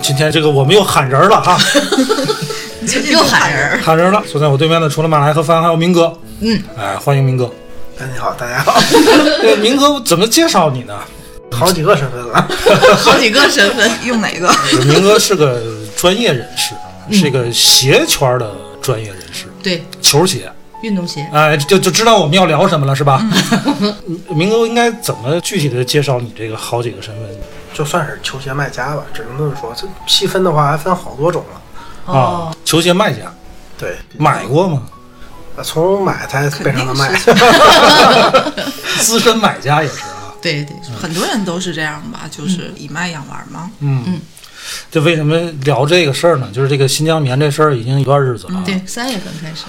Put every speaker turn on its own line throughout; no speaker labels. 今天这个我们又喊人了哈，
又喊人，
喊人了。坐在我对面的除了马来和帆，还有明哥。
嗯，
哎，欢迎明哥。
哎，你好，大家好，
对，明哥我怎么介绍你呢？
好几个身份了，
好几个身份，用哪个？
明哥是个专业人士，啊是一个鞋圈的专业人士，
嗯对，
球鞋。
运动鞋。嗯
哎，就就知道我们要聊什么了，是吧？嗯明哥应该怎么具体的介绍你这个好几个身份
就算是球鞋卖家吧，只能这么说。这细分的话还分好多种了。
哦
啊？球鞋卖家
对，
买过吗？
从买才变成了卖，
资深买家也是啊。
对对，
很多人都是这样吧，就是以卖养玩嘛。
嗯，这为什么聊这个事儿呢？就是这个新疆棉这事儿已经一段日子了啊。
嗯对，哎三月份开始，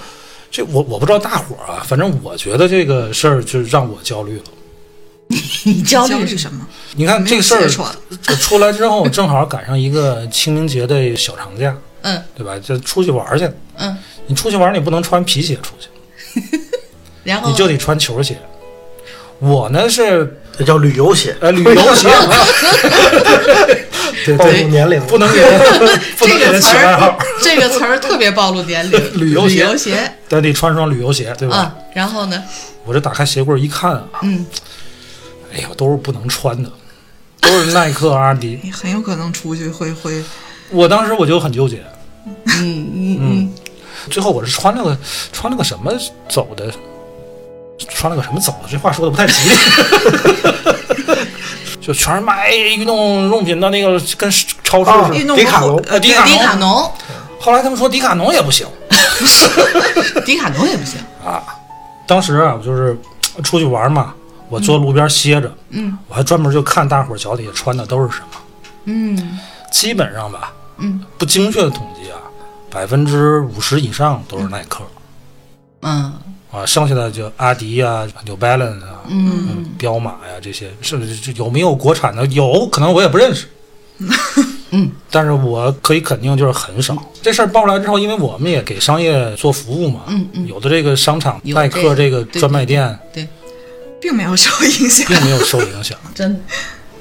这我我不知道大伙儿啊，反正我觉得这个事儿就让我焦虑了。
你焦
焦
虑
虑
什
什么？
你看
没
这
有
个事儿
揭
啊
穿
出来之后，正好赶上一个清明节的小长假，
嗯
对吧？就出去玩儿去。
嗯，
你出去玩儿，你不能穿皮鞋出去，
然后
你就得穿球鞋。我呢是
这叫旅游鞋，
呃，旅游鞋，对
暴
对，
露年龄了，
不能给 人不能给
这
人
个
起
词
外号。
儿，，这个词儿特别暴露年龄
旅游鞋
旅游鞋
得得穿双旅游鞋，对吧？
啊，然后呢？
我这打开鞋柜一看啊，
嗯，
哎呀，都是不能穿的，都是耐克、阿迪。
你很有可能出去会会
我当时我就很纠结，
嗯嗯
最后我是穿了个穿了个什么走的，穿了个什么走的，这话说的不太吉利。 就全是卖运动用品的那个，跟超市
啊
似的。
运动
迪卡侬
呃
呃迪卡
迪
侬
卡侬，
后来他们说迪卡侬也不行，
迪卡侬也不 行。
当时啊，我就是嘖出去玩嘛，我坐路边歇着，
嗯，
我还专门就看大伙儿脚底下穿的都是什么，
嗯
基本上吧，
嗯
不精确的统计啊，百分之五十以上都是耐克、
嗯
啊，剩下的就阿迪呀、New Balance 啊、
嗯，
嗯彪马呀、这些，甚至就有没有国产的，有可能我也不认识。
嗯，
但是我可以肯定就是很少。这事儿爆出来之后，因为我们也给商业做服务嘛，
嗯嗯
有的这个商场
有
耐
这
克
个
这个
对
专卖
对
店
并没有受影响。
并没 有受影响。
真的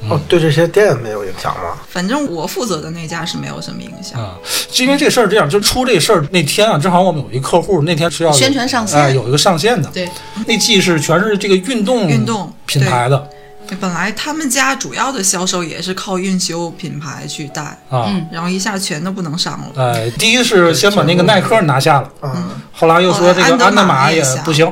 哦，对这些店没有影响吗？
反正我负责的那家是没有什么影响。
啊，是因为这事儿这样，就出这事儿那天啊，正好我们有一客户那天是要有
宣传上线
哎、有一个上线的，
哦
对，
那季是全是这个运动
运动
品牌的
本来他们家主要的销售也是靠运修品牌去带，
啊，
嗯
然后一下全都不能上了。
哎，第一是先把那个耐克拿下了，
嗯，
后来又说这个
后来
安
哦安
德
德
玛
玛
也
也下
不行。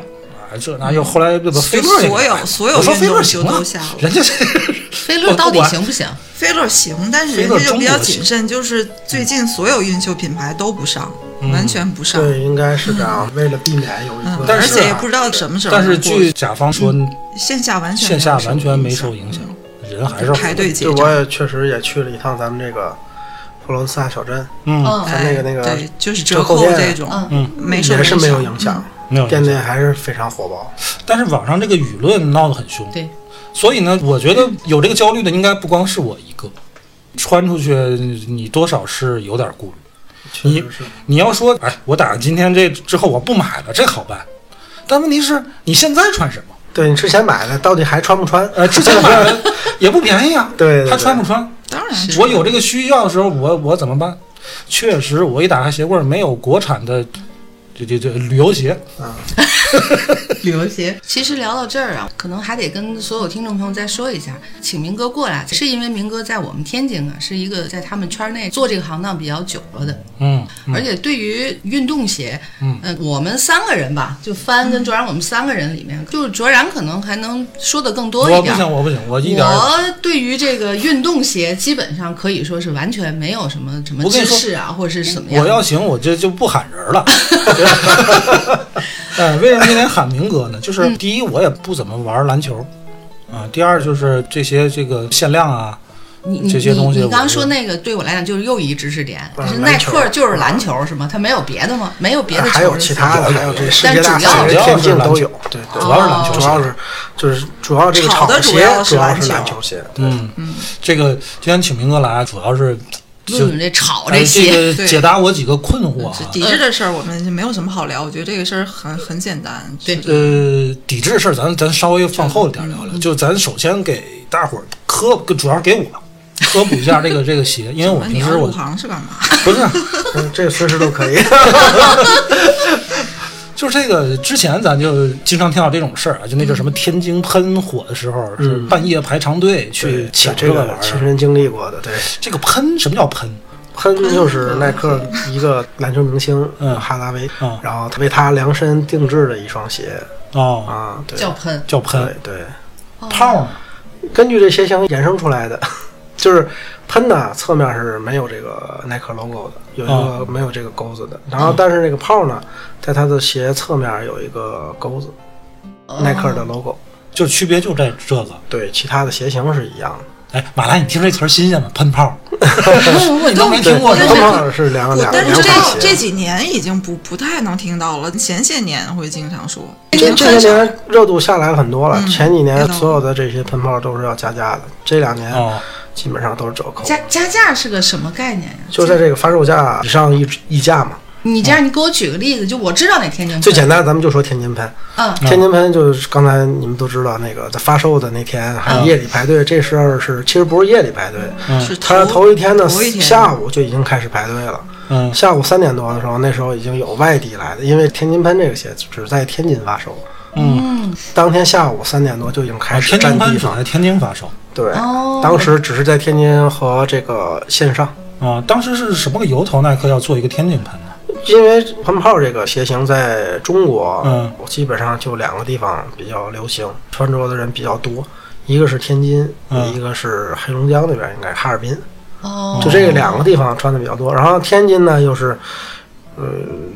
哎，这那又后来这个
所
飞
以
乐也
所有
来了
所有
我说飞乐
运动
行
就
啊
都下了
人家这
飞乐到底行不 行？
菲乐行，但是人家就比较谨慎，就是最近所有运修品牌都不上，完全不上，
对，应该是这样，为了避免有一
啊嗯
个，，
但
而
是啊
且也不知道什么时候
但
能过
是
去。嗯
据甲方说，嗯
线下完全
线下
没有什么
完全没
影
受
响
影响，人还是
嗯排队结
对，我
账。
也确实也去了一趟咱们这个佛罗伦萨小镇，
嗯，
嗯
咱那个那个
哎对，就是
折
扣
扣店
这种，
嗯
嗯
没受
也是没有
影嗯
影响，
没有影响
店内还是非常火爆。
但是网上这个舆论闹得很凶，
对，
所以呢，我觉得有这个焦虑的应该不光是我一个，穿出去你多少是有点顾虑。
确实
嗯
是，
你要说，哎，我打今天这之后我不买了，这好办。但问题是你现在穿什么？
对你之前买的到底还穿不穿？
呃，之前买 的也不便宜啊，
对对对
他穿不穿？
当
嗯
然
我有这个需要的时候，我我怎么办？确实，我一打开鞋柜，没有国产的这这这旅游鞋，
旅游鞋。其实聊到这儿啊，可能还得跟所有听众朋友再说一下，请明哥过来，是因为明哥在我们天津啊，是一个在他们圈内做这个行当比较久了的，
嗯，
而且对于运动鞋，
嗯、
呃，我们三个人吧，就帆跟卓然，我们三个人里面，就是卓然可能还能说的更多
嗯
一
我不
点。
行，我不行，我一点儿也不。
我对于这个运动鞋，基本上可以说是完全没有什么什么
我跟你
知
说
识啊，或者是什么样
我
的。
要行，我这就不喊人了。 哎，为什么今天喊明哥呢？
嗯
就是第一，我也不怎么玩篮球，啊；第二，就是这些这个限量啊，
你你
这些东西
你你
我
刚刚
是
说那个对我来讲就是又一知识点，
嗯
就是
篮
耐
球啊呃
克就是篮球是吗？它没有别的吗？没有别的球
还有
是
其
吗
他的，还有这世界
但
大
主要
赛、这田径都有，
对，主要是篮球
主
鞋。
要是就是主要这个
炒的
场
主
鞋
要是
主要
篮
是
球
篮球鞋，对，
嗯，这个今天请明哥来，啊主要是就
论论这
呃
炒
哎
这些，
个
对
解答我几个困惑啊
这。抵制的事儿我们就没有什么好聊，我觉得这个事儿很很简单。
对
就是
呃，抵制的事儿，咱咱稍微放后一点聊聊。就咱首先给大伙儿科，主要是给我科普一下这个这个鞋，因为我
那你
平
要
时我
入行是干嘛？
不是，啊
嗯这个随时都 可以。
就是这个之前咱就经常听到这种事儿啊，就那叫什么天津喷火的时候，是半夜排长队去抢
这
这个玩意
个亲
儿。
身经历过嗯的，对，
这个喷什么叫喷？
喷就是耐克一个篮球明星
嗯
哈达威
嗯，
然后他为他量身定制的一双鞋
哦，
啊，对，
叫喷
叫喷
对对，
泡呢？
根据这鞋型衍生出来的， 就是喷呢侧面是没有这个耐克 logo 的，有一个没有这个钩子的。然后但是那个泡呢，在它的鞋侧面有一个钩子，耐克的 logo。
就区别就在这个。
对，其他的鞋型是一样的。
哎，马来，你听这词儿新鲜吗？喷泡，
我
你都没听过
对
是
泡
吗？
泡是两个
我
两个
但
两
是
款
这这
鞋。
几年已经不不太能听到了，前些年会经常说。
这这些年热度下来很多了，
嗯
前几年
知道
所有的这些喷泡都是要加价的，这两年
哦，
基本上都是折扣，
加加价是个什么概念呀、
就在这个发售价以上溢溢价嘛。
你
啊
这样，你给我举个例子，就我知道哪天津
最简单，咱们就说天津喷，
嗯，
嗯
天津喷就是刚才你们都知道那个在发售的那天，还夜里排队，这事儿是其实不是夜里排队，
是
他头一天的
嗯头一天
下午就已经开始排队了。
嗯，
下午三点多的时候，那时候已经有外地来的，因为天津喷这个鞋只在天津发售，
嗯，哦
当天下午三点多就已经开始
天
占
津喷
地
只
方。
在天津发售
对
哦，
当时只是在天津和这个线上，
啊。当时是什么个由头？耐克要做一个天津喷呢？
因为喷泡这个鞋型在中国，
嗯，
基本上就两个地方比较流行，穿着的人比较多，一个是天津，
嗯
一个是黑龙江那边，应该哈尔滨，
哦，
就这个两个地方穿的比较多。然后天津呢，又是，嗯，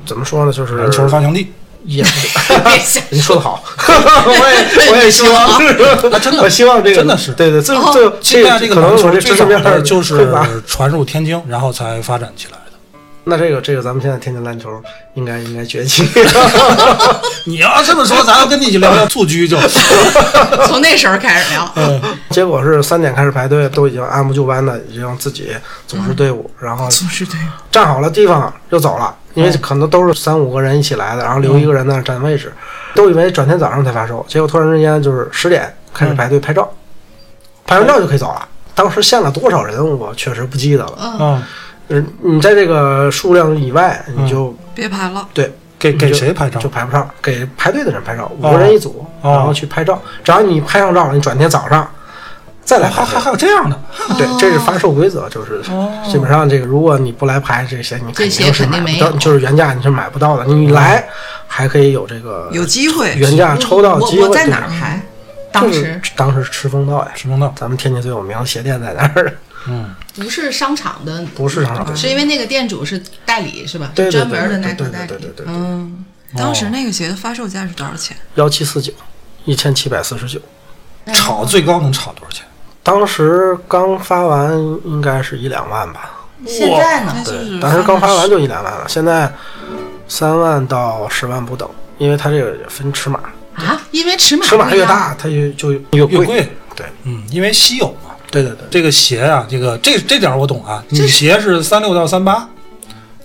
怎么说呢，就是
篮球发祥地。
也是， 你说 的好，我也我也希望，
啊真的
我希望这个
真的是
对对，最
哦
最
现在这个
可能
篮
我
球最
这知识
早
面
的
儿
就是
匮乏
传入天津，然后才发展起来的。
那这个这个咱们现在天津篮球应该应该崛起，
你要这么说，咱要跟你去聊聊蹴鞠 就。
从那时候开始
呃
聊。
结果是三点开始排队，都已经按部就班的，已经自己组织队伍，然后
总是这样。
站好了地方就走了，因为可能都是三五个人一起来的，然后留一个人在那占位置，都以为转天早上才发售，结果突然之间就是十点开始排队拍照，拍完照就可以走了。当时限了多少人，我确实不记得了。
嗯，
嗯，
嗯，你在这个数量以外，你就
别排了，
对
给给
你就
谁拍照
就？排不上，给排队的人拍照，五
哦
个人一组，
哦
然后去拍照。只要你拍上照了，你转天早上再来
还
排队
还还有这样的？
对，这是发售规则，就是基本上这个，如果你不来排这些，你
这
肯
些
定是
肯定
买
没
不到，
有
就是原价你是买不到的。你来还可以有这个
有机会。
呃原价抽到
我
机会。哦
我在哪儿排？当
就是
时
当时赤峰道呀，
石峰道。
咱们天津最有名的鞋店在那儿，
嗯，
不是商场的，啊
不是商场。
是因为那个店主是代理是吧？
对对对
专门的耐克
对对
代理
对对对对。对
嗯，
当时那个鞋的发售价是多少钱？
幺七四九，一千七百四十九。
炒最高能炒多少钱？
当时刚发完，应该是一两万吧。
现在呢
那？就是
当时刚发
三
完
万
就一两万了，现在三万到十万不等，因为它这个也分尺码，
啊，因为尺码
尺码
不一
越
样，
大，它越就越
越贵。
对
嗯，因为稀有嘛。
对对对。
这个鞋啊，这个这这点儿我懂啊。女鞋是三六到三八，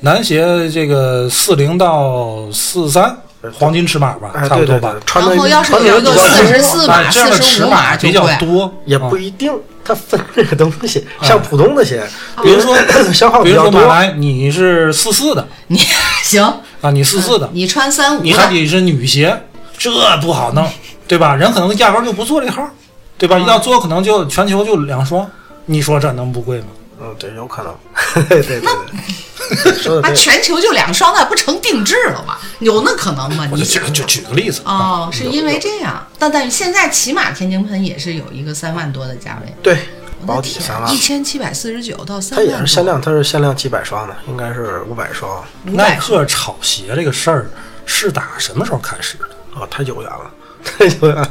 男鞋这个四零到四三，黄金尺码吧，
哎，
啊差不
对
多
对
吧
对。，穿的
然后要是有一个
穿得比较
44
多
码
哎这样的
45
尺码
码就
比较
贵
多，
也不
啊。
一定，它分这个东西，像普通的鞋，
比如说
消耗
嗯比如
比较
说
多
马，来，你是四四的
你行，
啊，你四四的，
你穿三五
你还
的，
得是女鞋，这不好弄，对吧？人可能压根儿就不做这号，对吧？要做可能就全球就两双，你说这能不贵吗？
嗯，对，有可能， 对对对，对说的
啊，
对，
全球就两双，那不成定制了吗？有那可能吗？
我
你
就举
想
就举个例子，
哦，是因为这样，但但现在起码天津喷也是有一个三万多的价位，
对，保底三万
一，千七百四十九到三
它
万，
也是限量，它是限量几百双的，应该是五百双，
500
耐克炒鞋这个事儿是打什么时候开始的？
哦，太久远了，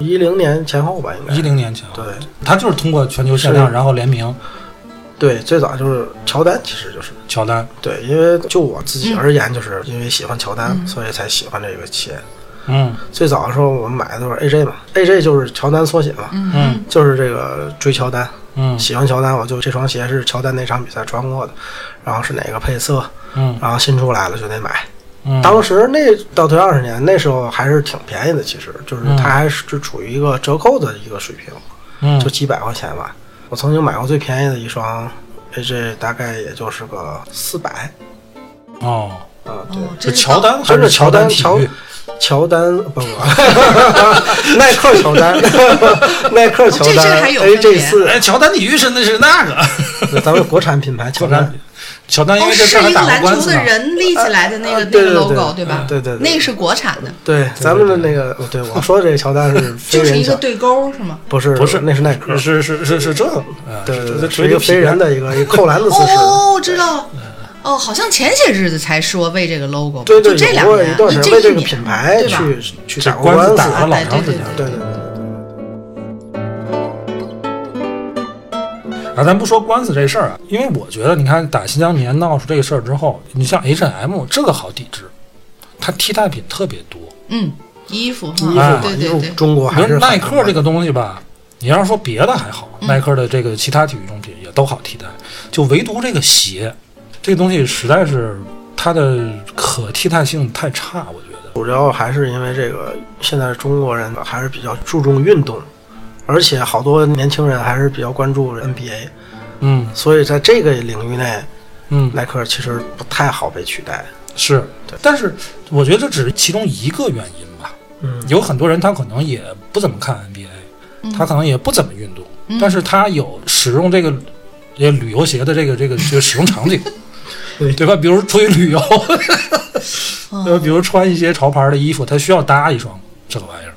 一零年前后吧，应该
嗯一零年前后，
对
他就是通过全球限量，
是
然后联名
对，最早就是乔丹，其实就是
乔丹。
对，因为就我自己而言，就是因为喜欢乔丹，所以才喜欢这个鞋。
嗯
最早的时候我们买的都是 AJ 嘛，AJ 就是乔丹缩写嘛，
嗯
就是这个追乔丹，
嗯
喜欢乔丹，我就这双鞋是乔丹那场比赛穿过的，然后是哪个配色，
嗯
然后新出来了就得买。
嗯，
当时那倒退二十年，那时候还是挺便宜的，其实就是它还是就处于一个折扣的一个水平，
嗯
就几百块钱吧。我曾经买过最便宜的一双 AJ，大概也就是个四百。
哦，
啊，对，
哦，
是
这是
乔
到
丹还
真
是
的乔
丹
丹
体
乔
育？
乔丹不 不，耐克乔丹， 耐克乔
这这
丹
还有分别
，AJ 四，
哎，乔丹体育是那是那个
咱们国产品牌乔
乔
丹
丹，，乔丹因
哦，
为这事
是
儿还
一个
打过
篮
官
球
司
的
呢。
人立起来的那个
啊
那
对
个
对
logo
对
吧？
对对对
那个是国产的，
对，咱们的那个，对我说的这个乔丹 是非
就是
人
一个
乔，
对勾是吗？
不是
不是
那是耐克，
是是是是这个，哎
对对对，
这
是一个非人
的。
的一个一个扣篮的姿势。
哦，我知道了。
嗯
哦，好像前些日子才说为这个 logo，吧
对对，
就这两
有过
年，
一段时间
这
为
一
这个
年
品牌
对吧？
去去
这
打过
官司
官司
打了
啊
老
对
长时
对
间了。
对对对。
啊，咱不说官司这事儿啊，因为我觉得，你看打新疆棉闹出这个事儿之后，你像 H&M 这个好抵制，它替代品特别多。
嗯，衣服哈，
衣服嘛，
对
衣
对
服
对，
中国
你
还
说
是
耐
很
克这个东西吧，你要是说别的还好，耐克的这个其他体育用品也都好替代，就唯独这个鞋，这个东西实在是它的可替代性太差，我觉得。
主要还是因为这个，现在中国人还是比较注重运动，而且好多年轻人还是比较关注 NBA，
嗯
所以在这个领域内，
嗯，
耐克其实不太好被取代。
是
对，
但是我觉得这只是其中一个原因吧。
嗯
有很多人他可能也不怎么看 NBA，他可能也不怎么运动，但是他有使用这个这旅游鞋的这个这个这个使用场景
对，
对吧？比如出去旅游，呃， 比如穿一些潮牌的衣服，他需要搭一双这个玩意儿。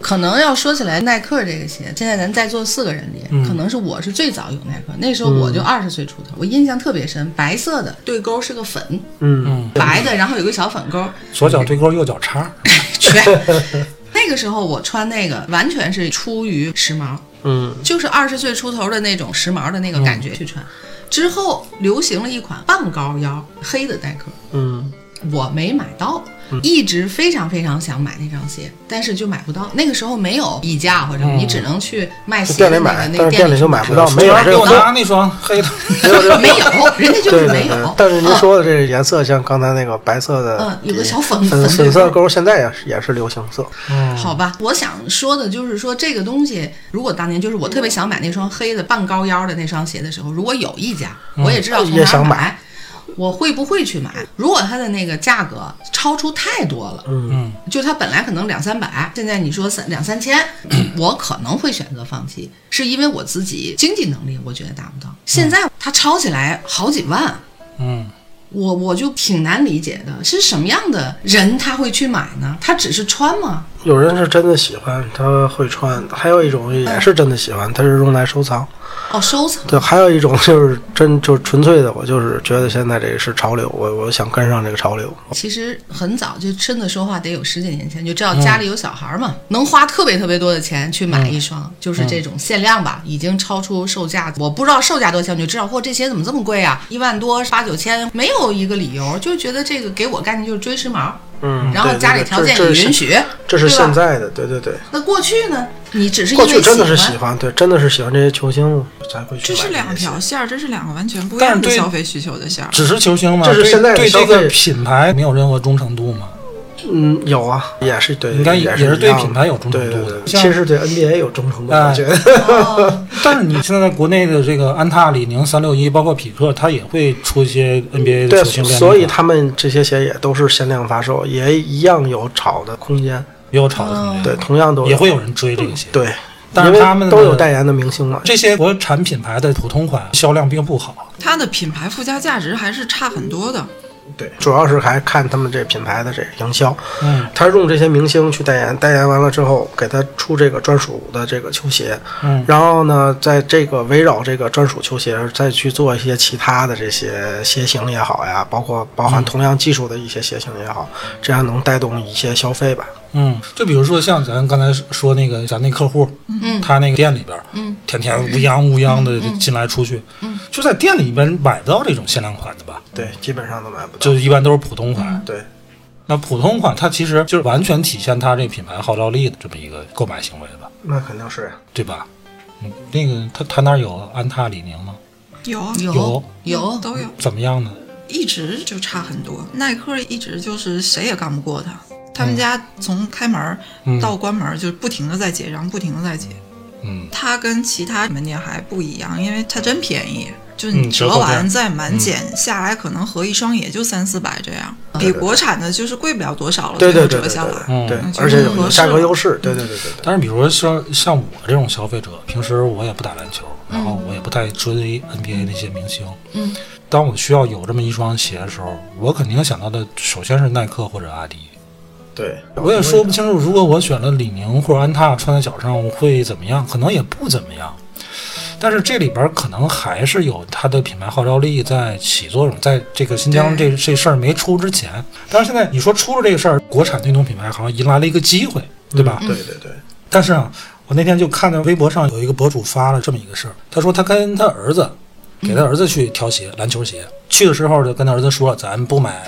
可能要说起来耐克这个鞋，现在咱在座四个人里，
嗯
可能是我是最早有耐克，那时候我就二十岁出头，我印象特别深，白色的对勾是个粉，
嗯，
嗯，
白的，然后有个小粉勾，
左脚对勾，右脚叉。
全。那个时候我穿那个完全是出于时髦，
嗯，
就是二十岁出头的那种时髦的那个感觉去穿。之后流行了一款半高腰黑的耐克，
嗯，
我没买到，一直非常非常想买那双鞋，但是就买不到。那个时候没有比价或者什么，你只能去卖
就
鞋
店
的
里
那个
买，但
那个
嗯是店
店
里就买不到，
买
没有
给
这
我
个
拿那双黑 的。
没有这个
没有，人家就是
对
没
对对
有。。
但是您
嗯
说的这个颜色，像刚才那个白色的，
嗯有个小粉
粉
粉
粉色勾，现在也是也是流行色。
嗯
好吧，我想说的就是说这个东西，如果当年就是我特
嗯
别想买那双黑的半高腰的那双鞋的时候，如果有一家，我也知道
嗯
从
也
哪儿
想买
买。我会不会去买？如果它的那个价格超出太多了，
嗯
就它本来可能两三百，现在你说三两 三千，我可能会选择放弃，是因为我自己经济能力我觉得达不到。
嗯
现在它炒起来好几万，
嗯，
我我就挺难理解的，是什么样的人他会去买呢？他只是穿吗？
有人是真的喜欢，他会穿；还有一种也是真的喜欢，他是用来收藏。
哦，收藏。
对，还有一种就是真就是纯粹的，我就是觉得现在这个是潮流，我我想跟上这个潮流。
其实很早就真的说话得有十几年前就知道家里有小孩嘛，能花特别特别多的钱去买一双，就是这种限量吧，已经超出售价。我不知道售价多少钱，你就知道，嚯，这鞋怎么这么贵啊？一万多，八九千，没有一个理由，就觉得这个给我概念就是追时髦，
嗯
然后
对
家
对
里
对
条
这
件
这
也
是
允许。
这是
对吧
现在的，对对对。
那过去呢？你只是因
过
为
去真的是
喜
喜欢，对，真的是喜欢这些球星才会去
这
买
是
些
两条
鞋。
线儿，这是两个完全不一
但是
样的
对
消费需求的线儿。
只是球星嘛，
这是
对
现在的
对
消
这
费
个品牌没有任何忠诚度嘛。
嗯，有啊，也是对，
应该
也
也是
是
对
一样
品牌有忠诚
对对
度的
对
像
其实对 NBA 有忠诚度，
哎
我觉得。
但是你现在在国内的这个安踏、李宁、三六一，包括匹克，它也会出一些 NBA
对，
的球星联名款，
所以他们这些鞋也都是限量发售，也一样有炒的空间。
也有炒的
嗯
空间，
对，同样都
也会有人追这个鞋。
对，
但是
因为
他们的
都有代言的明星嘛。
这些国产品牌的普通款销量并不好，
它的品牌附加价值还是差很多的。
对，主要是还看他们这品牌的这营销。
嗯
他用这些明星去代言，代言完了之后，给他出这个专属的这个球鞋，
嗯
然后呢，在这个围绕这个专属球鞋再去做一些其他的这些鞋型也好呀，包括包含同样技术的一些鞋型也好，这样能带动一些消费吧。
嗯，就比如说像咱刚才说那个咱那客户，
嗯
他那个店里边，
嗯，
天天乌泱乌泱的进来出去，嗯，就在店里边买不到这种限量款的吧？
嗯
对，基本上都买不到。
就一般都是普通款。
对，
那普通款它其实就是完全体现它这品牌号召力的这么一个购买行为吧，
那肯定是呀。
对吧？嗯，那个他他哪有安踏、李宁吗？
有啊，
有
有
有，
都有，
怎么样呢？
一直就差很多。耐克一直就是谁也干不过他，
嗯
他们家从开门
嗯
到关门就不停的在结账，不停的在结。
嗯
它跟其他门店还不一样，因为它真便宜，就你
嗯折
折
扣
完
价
再满减下来，可能合一双也就三四百这样，
嗯对
比
对
国产的就是贵不了多少了，
对对
最后
对
折
对
下来。
嗯
对对
嗯，
而且
就合
有
适
价格
了
优势。对对对对对。
但是比如说像像我这种消费者，平时我也不打篮球，然后我也不太追 NBA 那些明星。
嗯，
当我需要有这么一双鞋的时候，我肯定想到的首先是耐克或者阿迪。
对，
我也说不清楚，如果我选了李宁或者安踏穿在脚上会怎么样，可能也不怎么样。但是这里边可能还是有它的品牌号召力在起作用，在这个新疆这这事儿没出之前，当然现在你说出了这个事儿，国产运动品牌好像迎来了一个机会，对吧？
对对对，
但是啊，我那天就看到微博上有一个博主发了这么一个事儿，他说他跟他儿子，给他儿子去挑鞋，篮球鞋，去的时候就跟他儿子说，咱不买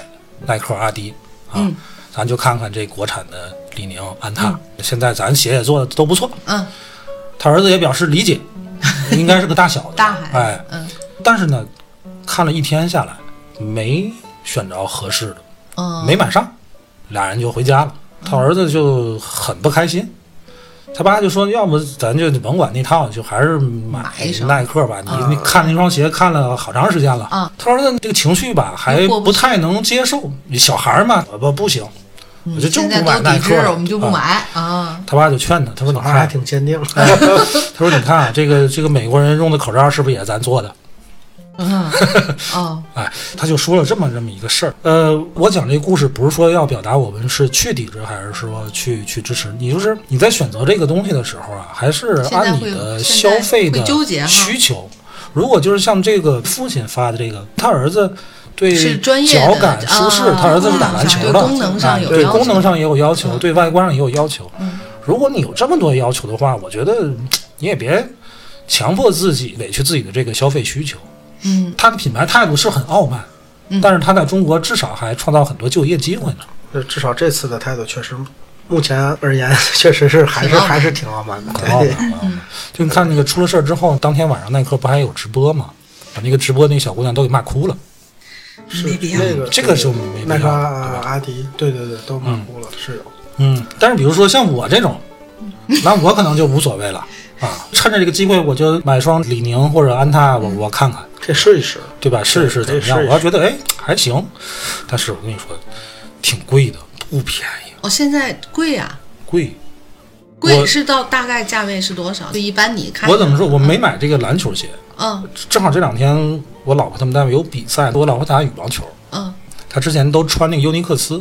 耐克、阿迪啊，
嗯
咱就看看这国产的李宁、安踏，现在咱鞋也做的都不错。
嗯，
他儿子也表示理解，应该是个大小子，
大孩子，
哎，
嗯
但是呢，看了一天下来，没选着合适的，
嗯，
没买上，俩人就回家了。他儿子就很不开心，他爸就说：“要不咱就甭管那套，就还是买
买一双
耐克吧。你
嗯
你看那双鞋看了好长时间了。
啊
他儿子这个情绪吧，还
又过不
不
去
太能接受。你小孩儿嘛，不不行，我就就
嗯现在
不
都
买耐
抵
克
制，
了，
我们就不
啊
买啊。
他爸就劝他，他说：“你
还
看，
挺 坚定。
他说你看啊，这个这个美国人用的口罩是不是也咱做的？”
嗯，哦，
哎，他就说了这么这么一个事儿。呃，我讲这故事不是说要表达我们是去抵制，还是说去去支持。你就是你在选择这个东西的时候啊，还是
现在
按
会
你的消
现在
费
会
的
纠结哈
需求。如果就是像这个父亲发的这个，他儿子对
是专业
脚
的
感
啊
舒适，他儿子是打篮球的，
对功能上有
哎对
要求
功能上也有要求，对外观上也有要求。
嗯
如果你有这么多要求的话，我觉得嗯你也别强迫自己委屈自己的这个消费需求。
嗯，
它的品牌态度是很傲慢，
嗯
但是它在中国至少还创造很多就业机会呢。
呃，至少这次的态度确实，目前而言确实是还
挺
是
傲慢
还是挺傲慢的。
很傲
对
慢，很傲
嗯
慢。就你看那个出了事儿之后，当天晚上耐克不还有直播吗？把那个直播那小姑娘都给骂哭了。
没必要
那个
这个就没必要
耐克、
对吧
阿迪，对对对，都马虎了，是有。
嗯，但是比如说像我这 种，那我可能就无所谓了啊。趁着这个机会，我就买双李宁或者安踏，我
嗯
我看看，
可以试一试，
对吧？试一试
可
怎
以
么样？
试一
我要
试
觉得哎还行，但是我跟你说，挺贵的，不便宜，
哦，现在贵啊，
贵。
贵
我
是到大概价位是多少？就一般你看，
我怎么说？我没买这个篮球鞋，
嗯
正好这两天我老婆他们单位有比赛，我老婆打羽毛球，
嗯，
她之前都穿那个尤尼克斯。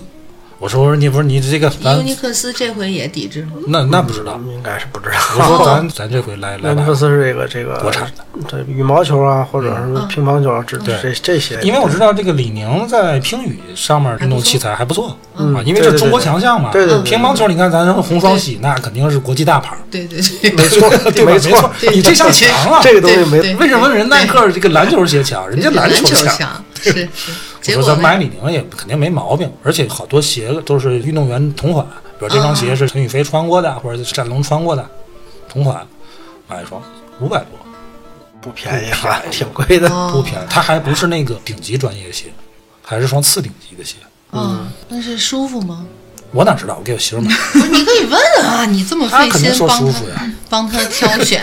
我说你不是你这个咱
尤尼克斯这回也抵制了，
那那不知道，
嗯应该是不知
我
道。
说咱咱这回来来
那
吧
克，斯是这个这个
国产的，嗯
对羽毛球啊，或者是
嗯
乒乓球啊，这
对
这这些，
因为我知道这个李宁在乒羽上面运动器材还不错
嗯
啊，因为这是中国强项嘛。嗯
对对对对
乒乓球你看咱红双喜那肯定是国际大牌，
对对对，
没错
对吧？
没
没
错
错，，你这项强啊。
这个东西
对
没
对
为什么人耐克这个篮球鞋强，人家篮
球
强？
强，是是，
我
结
说
果
咱
呢
买李宁也肯定没毛病，而且好多鞋都是运动员同款，比如这双鞋是陈宇飞穿过的，或者是战龙穿过的，同款买一双五 百多，
不便宜啊，挺贵的。
哦
不便宜。它还不是那个顶级专业鞋，还是双次顶级的鞋。
嗯，那是舒服吗？
我哪知道？我给我媳妇 买，
不是，你可以问啊，你这么
她
费
肯定
心
说舒
帮
服
他
呀。
帮他挑 选，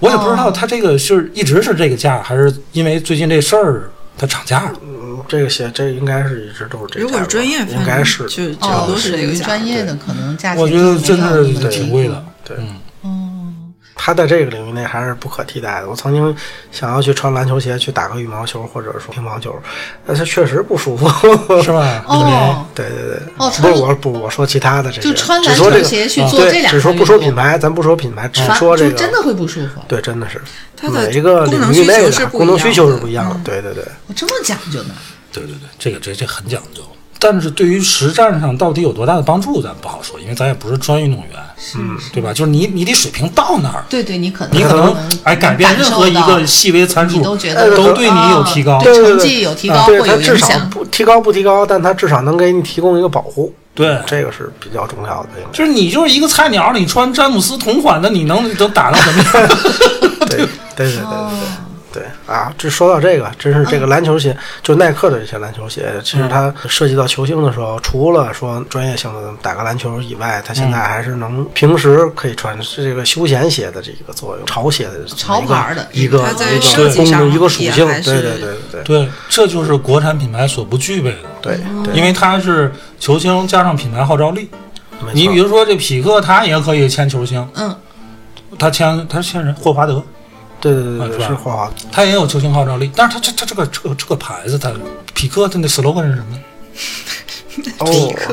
我也不知道她这个是一直是这个价，还是因为最近这事儿它涨价了。
嗯，这个鞋这应该是一直都是这价格。
如果是专业
应
范
该
围，
是
就
这
差
样
哦
不多，是
属
这个
于
价。
专业的，可能价钱
我觉得真
就没有那
是
么
挺
低
贵的。
对。
嗯，
哦，
他在这个领域内还是不可替代的。我曾经想要去穿篮球鞋去打个羽毛球或者说乒乓球，但是确实不舒服。
是吧？李宁
嗯哦，
对对对，不
哦穿
是我不我说其他的这些，
就穿
只
篮
说这
球
个嗯
鞋去
啊
做这
对，
两个
只
运动，
说不说品牌，咱不说品牌，只
反
说这
就
个
真的会不舒服。
对，真的是
它的
每一个领域内的功
功
能
能
需
需
求
求
是
嗯
是
不
不
一
一
样
样
的
的。
对对对，
我这么讲究呢？
对对对，这个这这很讲究。但是对于实战上到底有多大的帮助，咱不好说，因为咱也不是专业运动员，
是嗯
对吧？就是你你得水平到那儿，
对对，你可能
你可
能
能哎改变任何一个细微参数
你都觉
呃
得
都对你有提高
啊，对
对对
成绩有提高
对
会
他
有
至
影
少
响。
不提高不提高，但他至少能给你提供一个保护，
对。
这个是比较重要的。应该
就是你就是一个菜鸟，你穿詹姆斯同款的，你能能打到什么样？
对对对对
哦
对对啊！这说到这个，真是
嗯
这个篮球鞋，就耐克的这些篮球鞋，其实它涉及到球星的时候，除了说专业性的打个篮球以外，它现在
嗯
还是能平时可以穿这个休闲鞋的这个作用，潮鞋的这么
潮
一个
牌的
一个
它在
一
设
个
计
功
上
能一个
也
属性，
还
对
是
对对对对
对，这就是国产品牌所不具备的，
对
哦
对，
因为它是球星加上品牌号召力。
没
你
错
比如说这匹克，他也可以签球星，
嗯，
他签他签人霍华德，
对对对
啊是
对
吧
是花花
他也有球星号召力，但是他这他这个这个这个牌子，他匹克他那 slogan 是什么
哦，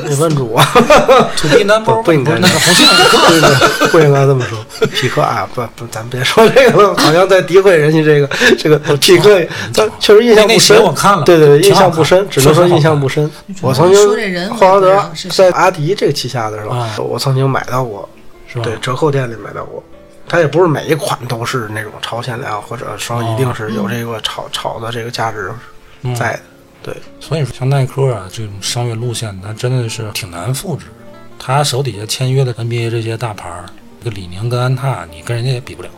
你问住我，
？To be number
不
one，
不应该
是那个红星匹克。
对对， 不应该这么说。 匹克啊，不不，咱别说这个了，好像在诋毁人家这个这个匹克，但确实印
哦那
象不
那鞋
深。
我看了，
对对，对
挺
印
好
象
看
不深，只能说印象不深。我曾
说这人
经
我
霍华
不知
德
道是谁
在阿迪这个旗下的时
啊
候，我曾经买到过，
是吧？
对，折扣店里买到过。它也不是每一款都是那种超限量，啊或者说一定是有
嗯
这个炒炒的这个价值
哦嗯
在的。对，
所以说像耐克啊这种商业路线，它真的是挺难复制。他手底下签约的 NBA 这些大牌儿，这个李宁跟安踏，你跟人家也比不了。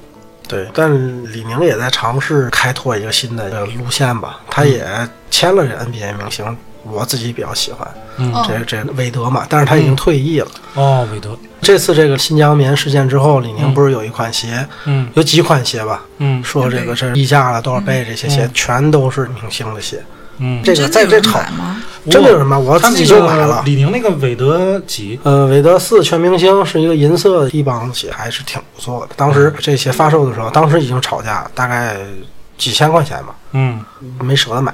对，但李宁也在尝试开拓一个新的呃路线吧，
嗯
他也签了这 NBA 明星，我自己比较喜欢，
嗯
哦
这这韦德嘛，但是他已经退役了。
哦，韦德，
这次这个新疆棉事件之后，李宁不是有一款鞋，
嗯
有几款鞋吧，
嗯
说这个是溢价了多少倍，这些鞋全都是明星的鞋，
嗯，
这个
嗯真
在
的有
这
人
炒
买吗？
真的有什么？我
他
自
那
己
个
就买了。
李宁那个韦德几？
呃，韦德四全明星是一个银色的一帮鞋，还是挺不错的。当时
嗯
这鞋发售的时候，当时已经炒价大概几千块钱吧。
嗯
没舍得买，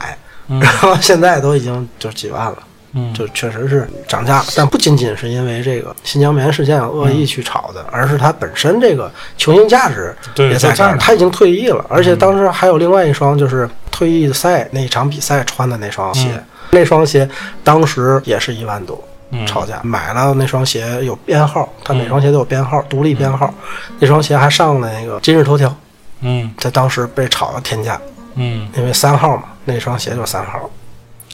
嗯
然后现在都已经就几万了，
嗯，
就确实是涨价了。但不仅仅是因为这个新疆棉事件恶
嗯
意去炒的，而是它本身这个球星价值
对
也
在
在
这
这
儿嗯
儿。
呢
他已经退役了，而且当时还有另外一双就是退役赛那场比赛穿的那双鞋，
嗯
那双鞋当时也是一万多。
嗯
吵架，买了那双鞋有编号，它每
嗯
双鞋都有编号，独立编号。那双鞋还上了那个今日头条，
嗯
在当时被炒了天价，
嗯
因为三号嘛，那双鞋就是三号。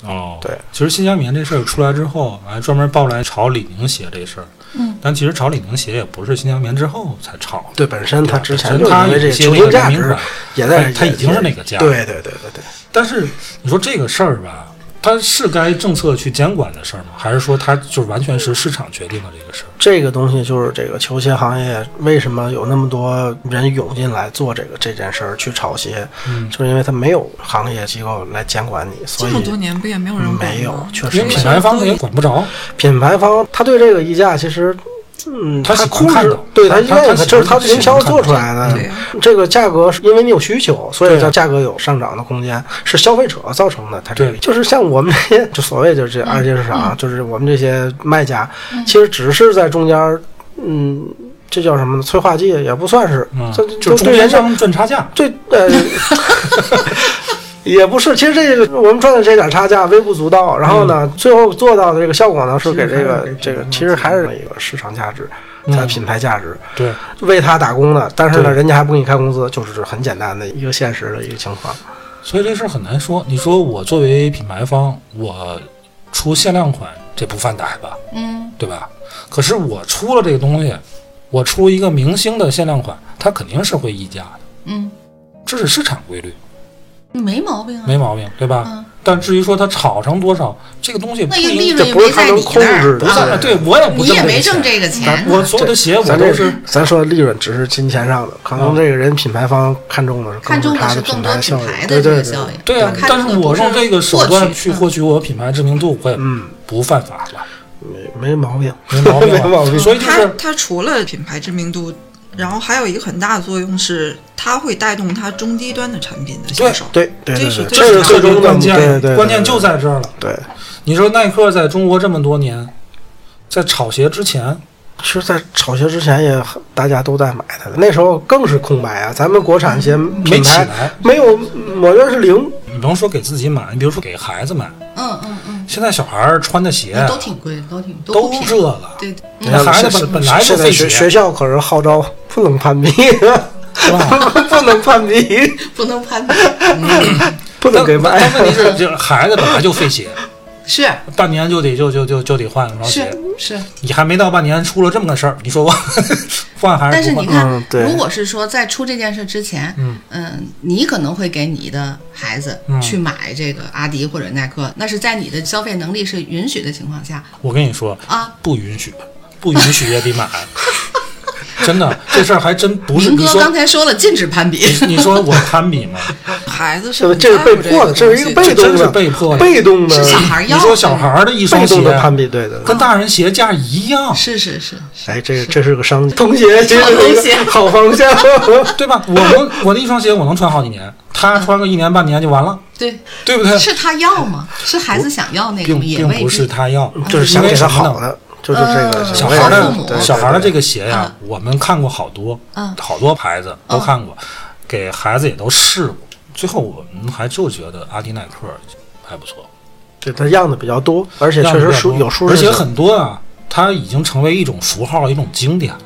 哦，
对，
其实新疆棉这事儿出来之后，还专门爆来炒李宁鞋这事儿。嗯，但其实炒李宁鞋也不是新疆棉之后才炒的，
对，本身它之前
本
就
身它
因为
有一些那
这个球
个
星价
名
值
牌
也
它
在，
它已经是那个价
对对对对对，
但是你说这个事儿吧，它是该政策去监管的事儿吗？还是说它就是完全是市场决定的这个事儿？
这个东西就是这个球鞋行业为什么有那么多人涌进来做这个这件事儿去炒鞋，
嗯
就是因为它没有行业机构来监管你，
这
所以
么多年不也没有人管吗
嗯没有，确
因
实
为
没
品
有。
牌方也管不着，
品牌方他对这个溢价其实。嗯，
他
他
喜欢
控
看
制
到，
对
他
他
他
愿
他
意，
喜
这是
欢
他营销
看到啊
做出来的
对。
这个价格是因为你有需求，所以
对啊
叫价格有上涨的空间，是消费者造成的。他这个
对
就是像我们这些，就所谓就是这二级市场，就是我们这些卖家，其实只是在中间儿，嗯，这叫什么呢？催化剂也不算是
嗯，，
这
就
就是
中
对
间
人家
商赚差价。
对，呃， 也不是，其实这个我们赚的这点差价微不足道。然后呢，
嗯
最后做到的这个效果呢，是给这个这个，其实还是一个市场价值，它的品牌价值，
对，
为他打工的。但是呢，
嗯对
人家还不给你开工资，就是很简单的一个现实的一个情况。
所以这事儿很难说。你说我作为品牌方，我出限量款，这不犯歹吧？
嗯，
对吧？可是我出了这个东西，我出一个明星的限量款，它肯定是会溢价的，
嗯，
这是市场规律，
没毛病啊。
没毛病，对吧？
嗯
但至于说它炒成多少，这个东西不
那个
应
利
这
润也
不是
没
他
在
能
你
控
那儿
制，
不是，啊
的。
对我也不
你
挣
也没挣
这
这个
个
钱啊
我
呢，
所有的鞋我
咱
都
这
是嗯
咱说利润只是金钱上的，可能这个人品牌方看重的是
看重
他
的
的
是
品
更多
牌
品
效
牌
益，对
的这
对
个
对
效应。
对啊
看，
但
重
是
的
我
不
用这个手段去获
获取，
取我品牌知名度，我也
嗯，
不犯法了，
没没毛病，
没毛病
没毛
吧。
病
所以就
它
是
它除了品牌知名度，然后还有一个很大的作用是，它会带动它中低端的产品的销售。
对对
这
对
是
对，
最
是
最
最终的
关
对对
键，
对，
关键就
在。
在这儿了。
对，
你说耐克在中国这么多年，在炒鞋之前，
其实，在炒鞋之前也很大家都在买它的，那时候更是空白啊。咱们国产鞋
嗯没
品
起
牌
来，
没有，我觉得是零。
你甭说给自己买，你比如说给孩子买，
嗯嗯嗯，
现在小孩儿穿的鞋
都挺贵，都挺
哎都
便宜
这个，
对，
你看孩子本本来就
现在
费
学
鞋
学，校可是号召不能攀比，
是吧？
不能攀比，
不能攀比。
不 能
但
给卖
但。问题是，这孩子本来就费鞋，
是
半年就得就就就就得换双鞋
是，是，
你还没到半年，出了这么个事儿，你说我换还
但
是
是
不
你
换？
看
嗯，对
如果是说在出这件事之前，
嗯
你可能会给你的孩子
嗯
去买这个阿迪或者耐克，那是在你的消费能力是允许的情况下
我跟你说，
啊。
不允许，不允许也得买。 真的，这事儿还真不是
明
你
哥
说嗯
刚才说了，禁止攀 比，
你说我攀比 吗？
孩子
这
是
个这是被迫的，这是一个被
这
动
真是
的，
被迫的
被动的
是，小孩要
你说小孩儿的一双
被
鞋
动的攀比，对的。
跟大人鞋架一样，
是是是，
哎，这个这是个商机，童鞋其实
童
是一
鞋
个好方向。
对吧？我能我的一双鞋我能穿好几年，他穿个一年半年就完了，
对，
对不对？
是他要吗？是孩子想要那个
嗯并
吗？也
并
未
不是
必。
他要，
就是想
因
给
为
他
什么呢
好的，就是这个
嗯
小
为
孩儿
了
好父母
的
对
哦小孩儿的这
个
个鞋呀、我们看过好多，
嗯
好多牌子都
嗯
看过，给孩子也都试过。最后我们还就觉得阿迪耐克还不错，
对它样子比较多，而且
样
确
子
实
比较多
舒有舒适
而
性，
且很多啊，它已经成为一种符号，一种经典了。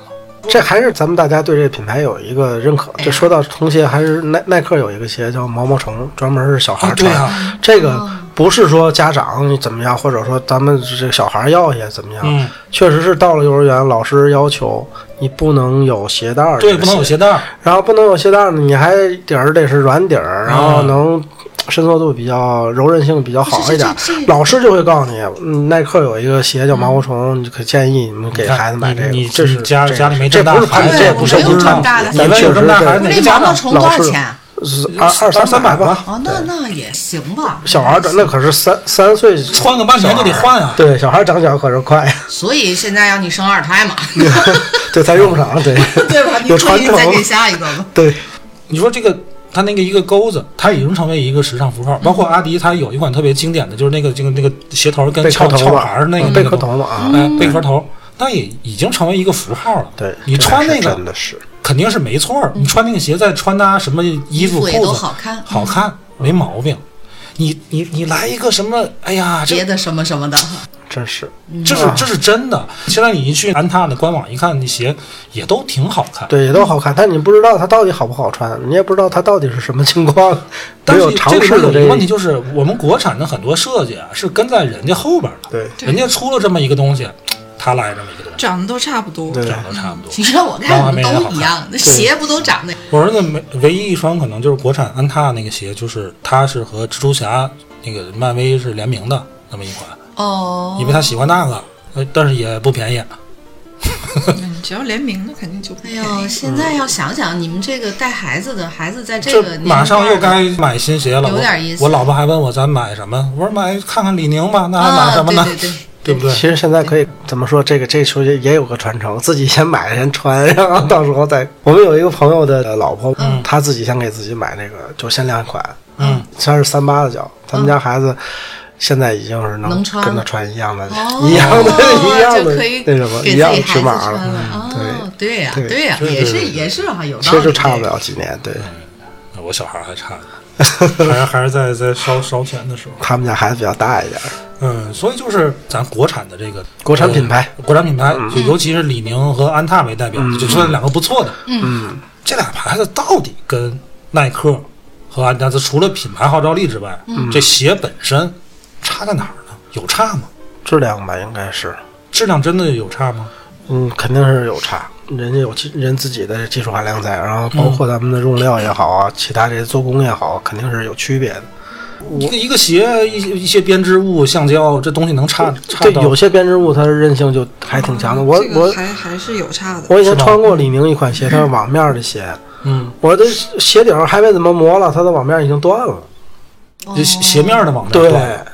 这还是咱们大家对这个品牌有一个认可。
哎
这说到童鞋，还是耐耐克有一个鞋叫毛毛虫，专门是小孩
啊
儿
对
穿。
啊
这个不是说家长怎么样，或者说咱们这个小孩儿要也怎么样，
嗯，
确实是到了幼儿园，老师要求你不能有鞋带儿，
对，不能有，鞋带儿，
然后不能有鞋带儿呢，你还底儿得是软底儿，然
啊
后能伸缩度比较柔韧性比较好一点儿。老师就会告诉你，嗯，耐克有一个鞋叫毛毛虫，你可建议你们给
你看
孩子买
你
这个。
你
这是
你家
这个
家里没
这
这么大
不是夸
孩
子
这不是
哎对我
不
没
知
有这
道
么大的，
咱们有这么大孩子，哪
那
个家
毛毛
长
虫多
老
少
师
钱？
啊
是二二三
三
百
吧
吧。
哦，那那也行吧。
小孩儿那可是三三岁，
穿个半年就得换啊。
对，小孩儿长脚可 是快，
所以现在要你生二胎嘛，
对，咱用不上，对
对吧？你
有
注
传
意
承
再给下一个吧。
对，
你说这个它那个一个钩子，它已经成为一个时尚符号。包括阿迪，它有一款特别经典的就是那个这个那个鞋头跟
贝壳
翘
头
翘
嘛
牌儿那个
嗯
那
贝
个
壳
东
头嘛啊，
西，哎，贝壳头，那也已经成为一个符号了。
对，
你
这
穿
还
那
是
个
真的是
肯定是没错儿。你穿那个鞋再穿搭什么衣服、
嗯衣服也
裤
都
子，
好看嗯
好看没毛病。你你你来一个什么？哎呀，这
别的什么什么的，
真是，
这
嗯
是这是真的。现在你一去安踏的官网一看，那鞋也都挺好看。
对，也都好看，但你不知道它到底好不好穿，你也不知道它到底是什么情 况，没
但是
有尝
这
试
里
的
面有一
一
个问题就是，我们国产的很多设计啊，是跟在人家后边的。
对
人家出了这么一个东西，他来这么一个东西，
长得都差不多。
对
长得差不多。
你让我看什么都一 样，那鞋不都长得？
我儿子没唯一一双可能就是国产安踏那个鞋，就是它是和蜘蛛侠那个漫威是联名的那么一款，
哦，
因为他喜欢那个，呃但是也不便宜。
嗯只要联名的肯定就不
哎
便宜
嗯
呦，现在要想想你们这个带孩子的孩子，在
这
个年龄
马上又
段儿
该买新鞋了，
有点意思
我我老婆还问我咱买什么，我说买看看李宁吧，那还买
啊，
什么呢？
对对对，
对不对？
其实现在可以怎么说？这个这球也有个传承，自己先买了先穿，然后到时候再。我们有一个朋友的老婆，
嗯
她自己先给自己买那个就限量款，
嗯，
她是三八的脚，咱们家孩子现在已经是
能穿
跟
了
她嗯穿一样的、
哦，
一样的、 一样
就
的
可以
那什么
给
一
自己
样
孩
的
子
尺
穿
码
了
了，嗯
哦，对呀，
对
对呀，
对对
也是
对对
也是啊，有
其
道
实
理，
就差不了几年。对
我小孩还差点， 还还是在在烧烧钱的时候。
他们家孩子比较大一点，
嗯，所以就是咱国产的这个
国产品牌，
呃国产品牌，
嗯
就尤其是李宁和安踏为代表，就算两个不错的。
嗯，
这俩牌子到底跟耐克和阿迪达斯除了品牌号召力之外，
嗯
这鞋本身差在哪儿呢？有差吗？
质量吧应该是，
质量真的有差吗？
嗯，肯定是有差。人家有技人自己的技术含量在，然后包
嗯
括咱们的用料也好啊，其他这些做工也好，肯定是有区别的。
一个一个鞋，一些一些编织物、橡胶，这东西能差差
对，
到
有些编织物它的韧性就还挺强的。我
嗯这个
我
还还是有差的。
我以前
是吧
穿过李宁一款鞋，它是网面的鞋，
嗯，
我的鞋底儿还没怎么磨了，它的网面已经断了。哦
这鞋鞋面的网站
对
断了，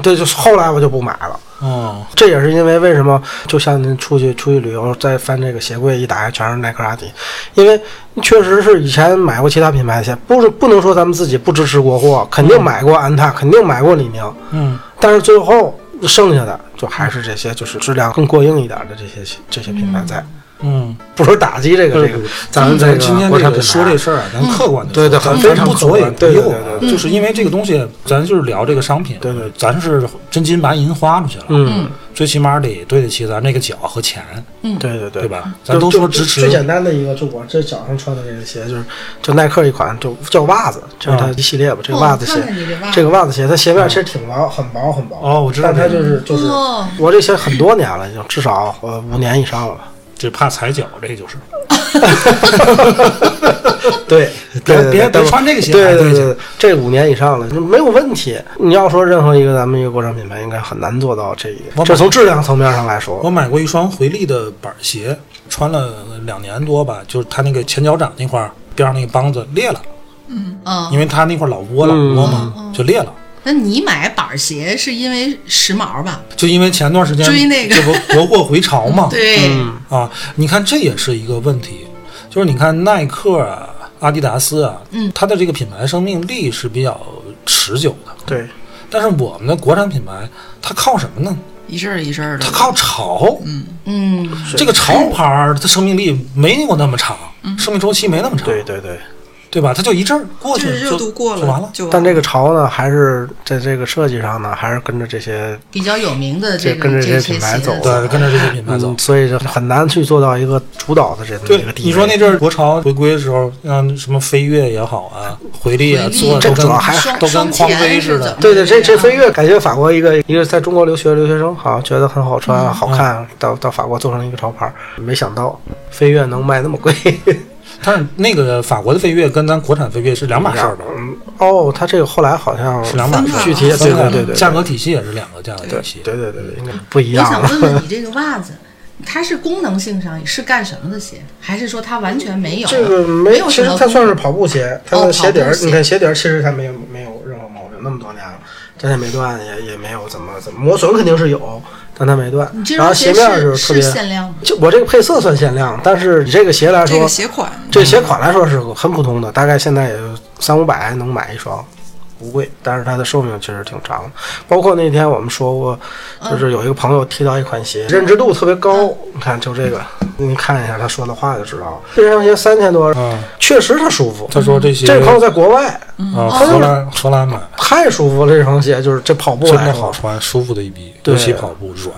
对，就是后来我就不买了。
哦，
这也是因为为什么，就像您出去出去旅游，再翻这个鞋柜一打开全是耐克、阿迪，因为确实是以前买过其他品牌的鞋，不是不能说咱们自己不支持国货，肯定买过安踏，肯定买过李宁，
嗯，
但是最后剩下的就还是这些，就是质量更过硬一点的这些这些品牌在。
嗯，
不说打击这个这个，咱们这
今天
个国产品牌
说这事儿啊，
嗯
咱客观的，
对对
咱
很
咱
非常
不
客
左
观
也不
对对
右啊
对对，
就是因为这个东西，咱就是聊这个商品，
嗯对对，
咱是真金白银花出去了，
嗯，
最起码得对得起咱这个脚和钱，
对对对
嗯
嗯
对？吧？咱都
就
说支持
最，简单的一个，就我这脚上穿的这个鞋，就是就耐克一款，就叫袜子，这是它
嗯
一系列吧，这个袜子
哦
鞋
我看看你这袜，子
这个袜子鞋，它鞋面其实挺薄，很薄很薄。
哦我知道
但它就是就是
哦，
我这鞋很多年了，已经至少呃五年以上了吧。
只怕踩脚，这就是
对，
别别
对对对
别
但
穿这个鞋
对
还
对
对
对，这五年以上了，没有问题。你要说任何一个咱们一个国产品牌，应该很难做到这一
我
点。这从质量层面上来
我
说，
买过一双回力的板儿鞋，穿了两年多吧，就是它那个前脚掌那块儿边上那个帮子裂了，因
嗯，
为它那块儿老窝了
嗯
窝嘛，就裂了。
那你买板鞋是因为时髦吧？
就因为前段时间
追那个
这不 国货回潮
哦
嘛，
对，
嗯
啊，你看这也是一个问题，就是你看耐克啊、阿迪达斯啊，嗯，它的这个品牌生命力是比较持久的，
对，
但是我们的国产品牌它靠什么呢？
一阵儿一阵儿的
它，靠潮，
嗯，
这个潮牌儿它生命力没有那么长，生命周期没那么长，
对对对。
对吧？它就一阵儿过去
就是
就
热度过
就完了。
就完
但
了
这个潮呢，还是在这个设计上呢，还是跟着这些
比较有名的
这
这
跟
个
着
这
这
些
品牌
鞋
走
的，
对，跟着这些品牌走
嗯，。所以就很难去做到一个主导的这么
对
一个，地位。
你说那阵儿国潮回归的时候，像什么飞跃也好啊，回力啊，
回力
做的
这
都跟
主要还
嗯双
都跟
双
匡
前
威似
是
的
怎么
对对，这这
样
飞跃感觉法国一个一个在中国留学的留学生，好像觉得很
嗯
好穿、啊好看，到到法国做成一个潮牌，没想到飞跃能卖那么贵。
但是那个法国的飞跃跟咱国产飞跃是两码事儿的，
嗯， 哦，它这个后来好像
是两码事儿。
具体也
分开
对
的
对对，
价格体系也是两个价格体系。
对对对对，应该不一
我
样啊
想
了。
问问你，这个袜子，它是功能性上是干什么的鞋，还是说它完全没有？
这个
没
没，
有
其
什
实
么
它
功
算
能
是跑步鞋，它
哦
的鞋底
跑
儿
步，鞋
你看鞋底儿，其实它没有没有任何毛病，那么多年了，但它没断，也也没有怎么怎么磨损肯定是有，但它没断
你这。
然后
双
啊鞋
鞋
面儿就特
是
别
是，限量吗？
就我这个配色算限量，但是你这个鞋来
这
说
个，鞋款，
这鞋款来说是很普通的，大概现在也就三五百能买一双。不贵，但是它的寿命其实挺长的。包括那天我们说过，就是有一个朋友提到一款鞋，认知度特别高。你看，就这个，你看一下他说的话就知道了。这双鞋三千多，
啊，
确实它舒服。
他说这些
这朋友在国外
啊，荷兰荷兰买
太舒服了，这双鞋就是这跑步
真
来
的
说
好。穿，舒服的一逼，
对
尤其跑步软。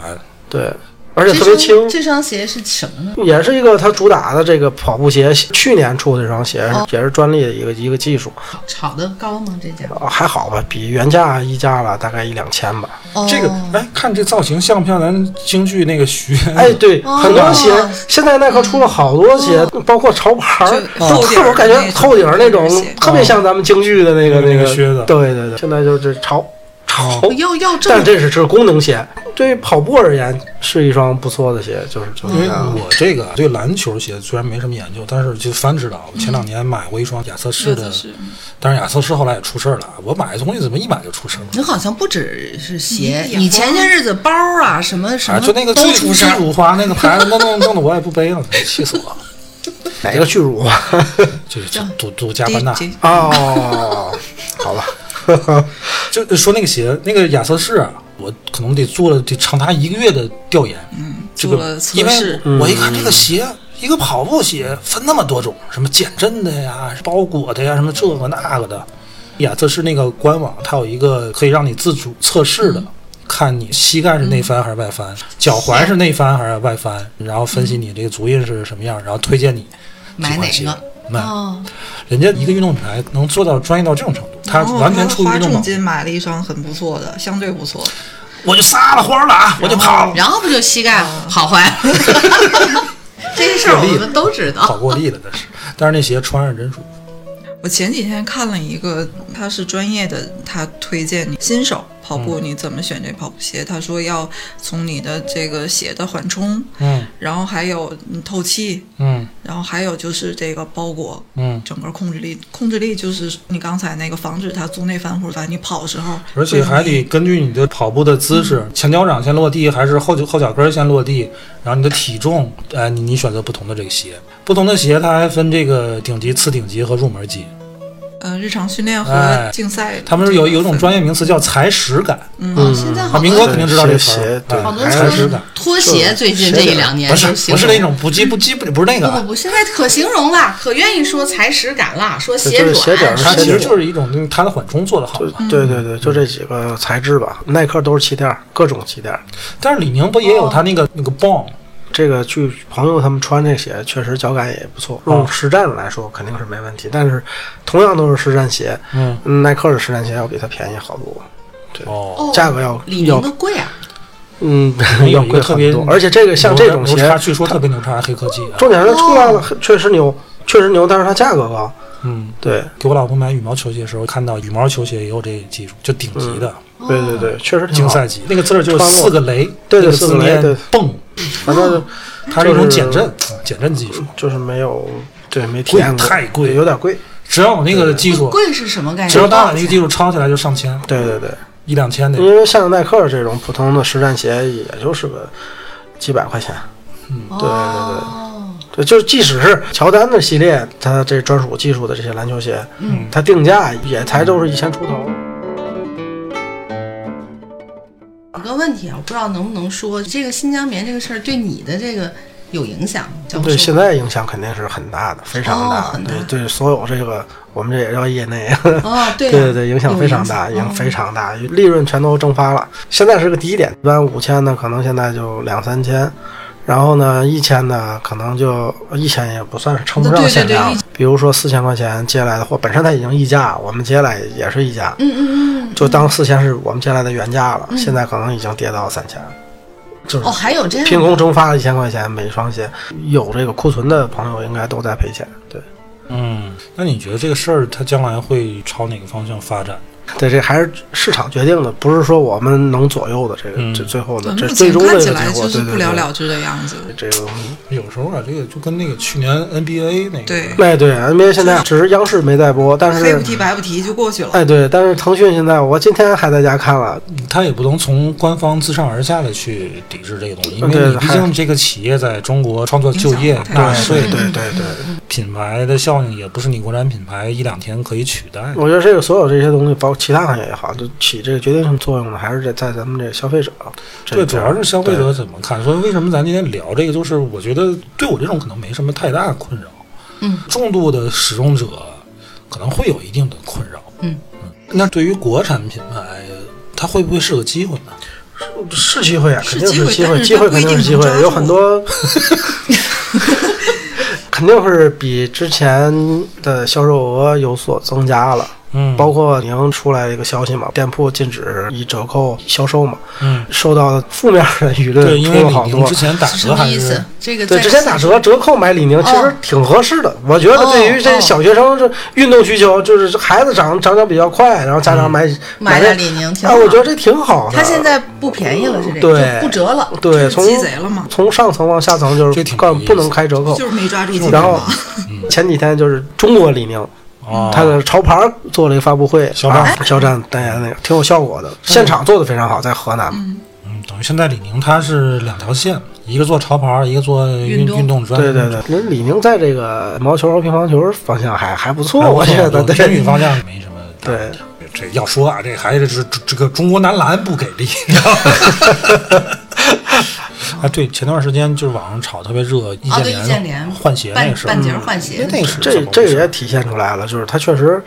对，而
这
且特别轻
双。这双鞋是什么呢？
也是一个它主打的这个跑步鞋，去年出的这双鞋
哦
也是专利的一个一个技术，
炒得高吗？这家？
啊还好吧，比原价一加了大概一两千吧。
哦
这个哎，看这造型像不像咱京剧那个徐？
哎，，对，
哦
很多鞋，现在耐克出了好多鞋，包括潮牌儿，
就
我
厚底儿
我感觉厚底儿那种
那种鞋
特别像咱们京剧的哦那个
嗯那
个
个靴子
对对对，现在就是潮潮，
又又
但
正
这是这是功能鞋，对于跑步而言是一双不错的鞋，就是就是
因为
这样。
我这个对篮球鞋虽然没什么研究，但是就翻知道，我前两年买过一双亚瑟士的，但是亚瑟士后来也出事儿了。我买的东西怎么一买就出事儿了？
你好像不只是鞋，你前些日子嗯包啊什么什
啊，
么
就那个
都
最
出
最
事儿，
辱华那个牌子，弄弄弄得我也不背了， 气死我了！
哪个巨乳啊？
就是杜杜加班纳，
这
哦，好吧，
就说那个鞋，那个亚瑟士啊，我可能得做了得长达一个月的调研，这
嗯做
个
了测
因为
试
我一看这个鞋。一个跑步鞋分那么多种，什么减震的呀，包裹的呀，什么这个那个的。亚瑟士那个官网，它有一个可以让你自主测试
嗯
的，看你膝盖是内翻还是外翻，脚踝是内翻还是外翻，然后分析
嗯
你这个足印是什么样，然后推荐你
买哪
几款
个
鞋？买
哦，
人家一个运动品牌能做到专业到这种程度，他
然后
完全
他
出于
花
运动脑
重，金买了一双很不错的，相对不错的，
我就撒了欢儿了啊，我就跑了，
然后不就膝盖好坏了？这些事儿我们都知
跑
道。
过力了，但 是但是那鞋穿上真舒服。
我前几天看了一个，他是专业的，他推荐你新手跑步
嗯
你怎么选这跑步鞋，他说要从你的这个鞋的缓冲，
嗯
然后还有你透气，
嗯
然后还有就是这个包裹。
嗯，
整个控制力，控制力就是你刚才那个防止它足内翻或者反正你跑的时候，
而且还得根据你的跑步的姿势，前脚掌先落地还是后脚后脚跟先落地，然后你的体重，哎，你你选择不同的这个鞋，不同的鞋它还分这个顶级、次顶级和入门级。
呃日常训练和
哎
竞赛，
他们有有一种专业名词叫踩屎感，
哦，现在
啊，
好
明哥
多
肯定知道这个词
鞋
儿
鞋，对
哎
好多
踩屎感
穿拖鞋，最近这一两年
不是
都形
不是
容
那种不羁不羁不不是那
不
个
哦不
啊，
不，现在可形容了，可愿意说
嗯
踩屎感了，说
这
鞋啊
就是
软，
鞋底儿
它
说
其
鞋底
实
儿
就是一种就是它的缓冲做得好
就
嘛。
嗯
对对对，就这几个材质吧。耐克都是气垫儿，各种气垫儿。
但是李宁不也有它那个那个 bomb
这个据朋友他们穿这鞋，确实脚感也不
嗯
错。用实战来说肯定是没问题，但是同样都是实战鞋，
嗯
耐克的实战鞋要比它便宜好多，
哦，
哦，
价格要
李
要
宁的贵啊，
嗯
有
要
一个
贵
特
很
别
多。而且这个像这种
牛
鞋
叉，，据说特别牛叉，黑科技啊。
重点是它出来了，
哦
确实牛，确实牛，但是它价格高。
嗯，
对
给我老婆买羽毛球鞋的时候，看到羽毛球鞋也有这技术，就顶级的
哦
对对对，确实挺
竞
好。
赛级，那个字儿就是
穿过
四个雷，
嗯哦对对
那个
四
字
个雷
念
对
蹦，
反正嗯
它是一种
就是
减震，减震技术。
就是没有对没体验过，
贵太贵
有点贵。
只要有那个技术，
贵是什么概念？
只要大把那个技术抄起来就上千，
对对对，
一两千的。
因为像耐克这种普通的实战鞋，也就是个几百块钱。
对
对对
哦
对，就是即使是乔丹的系列，它这专属技术的这些篮球鞋，
嗯
它定价也才都是一千出头。
嗯有个问题啊，我不知道能不能说，这个新疆棉这个事儿对你的这个有影响吗？教授
对，现在影响肯定是很大的，非常
哦
大。
很大
对对，所有这个我们这也叫业 内。
哦，对
对对
对
对，影响非常大，影响非常大，利润全都蒸发了。现在是个低点，一般五千呢，可能现在就两三千，然后呢，一千呢，可能就一千也不算是称不上
对对
限
对
量
一。
比如说四千块钱接下来的货，本身它已经溢价，我们接下来也是溢价，嗯嗯嗯，就当四千是我们接下来的原价了，现在可能已经跌到三千，就是
哦，还有这样的
凭空蒸发了一千块钱每双鞋，有这个库存的朋友应该都在赔钱，对。
嗯，那你觉得这个事儿它将来会朝哪个方向发展？
对，这还是市场决定的，不是说我们能左右的这个、
嗯
这最后的
嗯
这
目
最
前
终的一
看起
个
来
结果，
就
对
是
对
不了了之的样子。
对这个东西。
有时候啊，这个就跟那个去年 NBA 那个
对
哎，对，NBA 现在只是央视没在播，但
黑不
是
提白不提就过去了。
哎，对，但是腾讯现在我今天还在家看了，
它也不能从官方自上而下的去抵制这个东西，因
对
为你毕
还
竟这个企业在中国创造就业
影响、太大
纳
了
税、
对对对对，
品牌的效应，也不是你国产品牌一两天可以取代的。
我觉得这个所有这些东西，包括其他行业也好，就起这个决定性作用的还是在在咱们这消费者。这
对，主要是消费者
对
怎么看。所以为什么咱今天聊这个，就是我觉得对我这种可能没什么太大的困扰，
嗯，
重度的使用者可能会有一定的困扰，
嗯
那对于国产品牌，它会不会是个机会呢？
是机会啊，肯定
是机
机
会
会，机会肯
但是它
定是机
不一定
会
能抓，住
有很多， 肯定是比之前的销售额有所增加了。
嗯
包括您出来一个消息嘛，店铺禁止以折扣销售嘛，
嗯，
受到负面的舆
对，
论
因
冲
为
了
李
好
宁
多
之。前打
是什
折
么
还
意
是
思？这个
对，
在
之前打折折扣买李宁其实挺合适的，我觉得对于这些小学生这运动需求，就是孩子长长长比较快，然后家长买
买
这
了李宁挺
哎，
好
我觉得这挺好的。
它现在不便宜了，是这
对
个就不折了。
对
就是
从
鸡贼了嘛
从上层往下层就
这
是
挺
告
有意思嗯
不能开折扣
就。是没抓住机会
然后
嘛。
前几天就是中国李宁，
哦
他的潮牌儿做了一个发布会，
肖战
啊肖战代言那个挺有效果的，现场做的非常好，在河南。
嗯，等于现在李宁它是两条线，一个做潮牌，一个做运
运动
运动专。
对对对，那李宁在这个毛球和乒乓球方向还还不错，
哎，
我
我
觉得对
天女方向没 什么大问题。这要说啊，这还是这这个中国男篮不给力。你知道吗 啊，对，前段时间就是网上炒特别热，易
哦，
建
对，易建联
换鞋那
半
个事儿，
半截
嗯
换
因为
鞋，
那个是
这这也体现出来了，就是他确实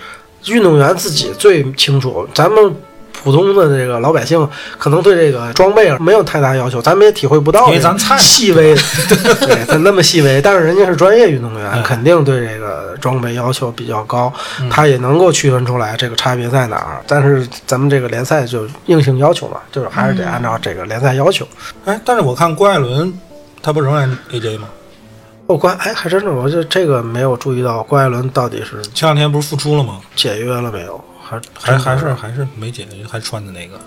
运动员自己最清楚，咱们。普通的这个老百姓可能对这个装备啊没有太大要求，咱们也体会不到
因为
这个
咱菜啊嘛
细微， 对，他那么细微。但是人家是专业运动员
哎，嗯
肯定对这个装备要求比较高，他也能够区分出来这个差别在哪儿。但是咱们这个联赛就硬性要求嘛，就是还是得按照这个联赛要求。
哎，但是我看郭艾伦，他不仍然 AJ 吗？
哦，关哎，还真是，我这这个没有注意到，郭艾伦到底是
前两天不是复出了吗？
解约了没有？还
还还是还是没解决，还穿的那个。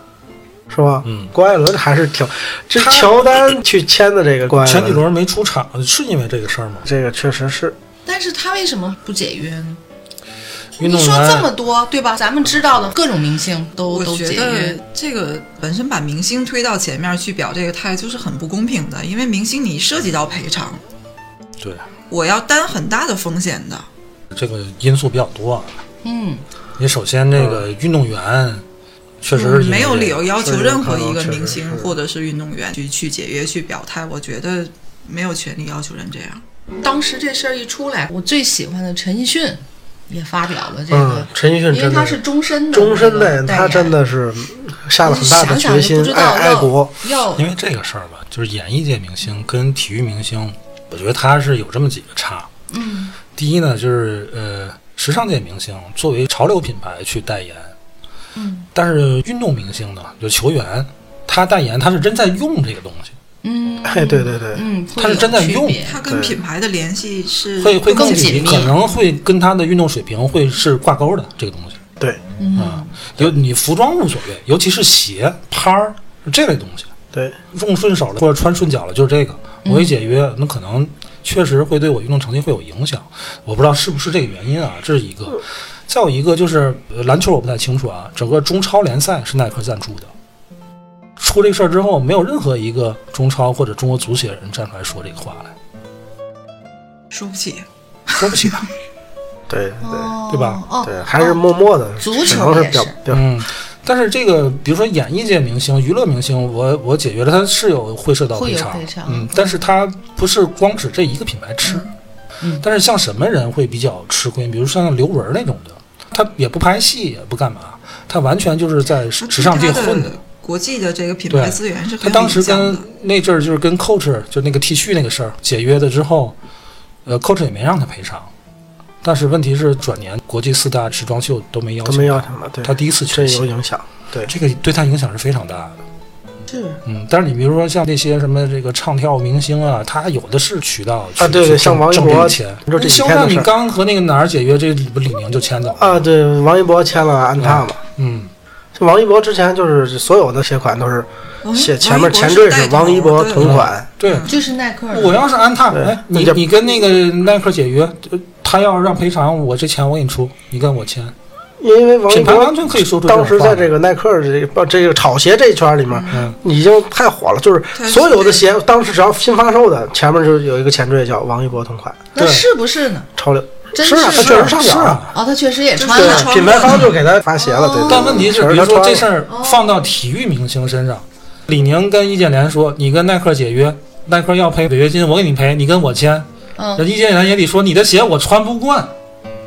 是吧？
嗯
郭艾伦还是挺，这
他
乔丹去签的这个郭艾伦，
前几轮没出场，是因为这个事儿吗？
这个确实是
但是他为什么不解约呢？
运
你
动
说这么
员
多，对吧？咱们知道的各种明星都
我
都
觉
解
得
约，
这个本身把明星推到前面去表这个态就是很不公平的，因为明星你涉及到赔偿，
对
我要担很大的风险的。
这个因素比较多啊。
嗯，
你首先这个运动员确实
嗯
也
没有理由要求任何一个明
确实
星
是
或者是运动员去去解约、去表态，我觉得没有权利要求人这样。
当时这事儿一出来，我最喜欢的陈奕迅也发表了这
嗯
个，，
陈奕迅
因为
真
他
的
是终身的
终身
代
的，他真的是下了很大的决心
嗯想想就不知，道
爱爱
要
国。
要
因为这个事儿吧，就是演艺界明星跟体育明星，我觉得他是有这么几个差。
嗯
第一呢，就是呃，时尚界明星作为潮流品牌去代言，
嗯
但是运动明星呢，就球员，他代言他是真在用这个东西，
嗯，
哎，对对对，
嗯，会
他是
有
真在
区
用
别
它跟
对
品牌的联系是
会会
更
紧
紧密
可能会跟他的运动水平会是挂钩的这个东西。
对
嗯
啊，有你服装无所谓，尤其是鞋、拍儿这类东西，
对，
用顺手了或者穿顺脚了，就是这个。我
嗯
一解约，那可能确实会对我运动成绩会有影响，我不知道是不是这个原因啊，这是一
嗯
个。再有一个就是呃篮球，我不太清楚啊，整个中超联赛是耐克赞助的。出这个事儿之后，没有任何一个中超或者中国足协人站出来说这个话来，
输不起。
说不起啊。
对
哦
对吧？
哦
对，对，还是默默的，
足球
只能是
也
表
是
表
嗯，但是这个，比如说演艺界明星、娱乐明星，我我解约了，他是有会涉到
会
赔
有
偿，
赔偿
嗯，但是他不是光指这一个品牌吃，
嗯
但是像什么人会比较吃亏？比如像刘雯儿那种的，他也不拍戏，也不干嘛，他完全就是在时时尚界
它
混的
的。国际的这个品牌
对
资源是
他
很有
当时
影响
跟
的
那阵儿就是跟 Coach 就那个 T 恤那个事儿解约了之后，呃，Coach 也没让他赔偿，但是问题是转年国际四大时装秀都没邀
都
请
没
他
要强的，对
他，第一次
这
缺席
有影响。对，
这个对他影响是非常大的。
是
嗯，但是你比如说像那些什么这个唱跳明星啊，他有的是渠道去
啊对对
去
像
挣
王一
挣这
博
个钱。哎
你说这几
肖
天的
战，你
事儿
刚和那个哪儿解约，这不李宁就签走了。
啊，对，王一博签了安踏嘛。
嗯，
这王一博之前就是所有的鞋款都是
王一
写前
王
面
一博
前
是
缀
带
是
头
王一博
对
同款，
对，
就是耐克的，
我要是安踏，
对
哎，
那
你
就
你跟那个耐克解约，呃他要是让赔偿，我这钱我给你出，你跟我签。
因为王一
品牌完
博
全可以说出种
当时
话
在这个耐克这个这个炒鞋这一圈里面
嗯，
已经太火了，就是
对
所有的鞋当时只要新发售的，前面就有一个前缀叫王一博同款，
那
对
是不是呢？
潮流
真
是啊，
是
他确实上
是
脚了，
啊。
哦，他确实也穿
真
了哦
是，
对，
穿
品牌
过
方就给他发鞋了，对。对
但问题是，
确实
比
他
如说
穿
这
了
事儿放到体育明星身上，李宁跟易建联说：“你跟耐克解约，耐克要赔违约金，我给你赔，你跟我签。”
嗯，
人易建联也得说：“你的鞋我穿不惯。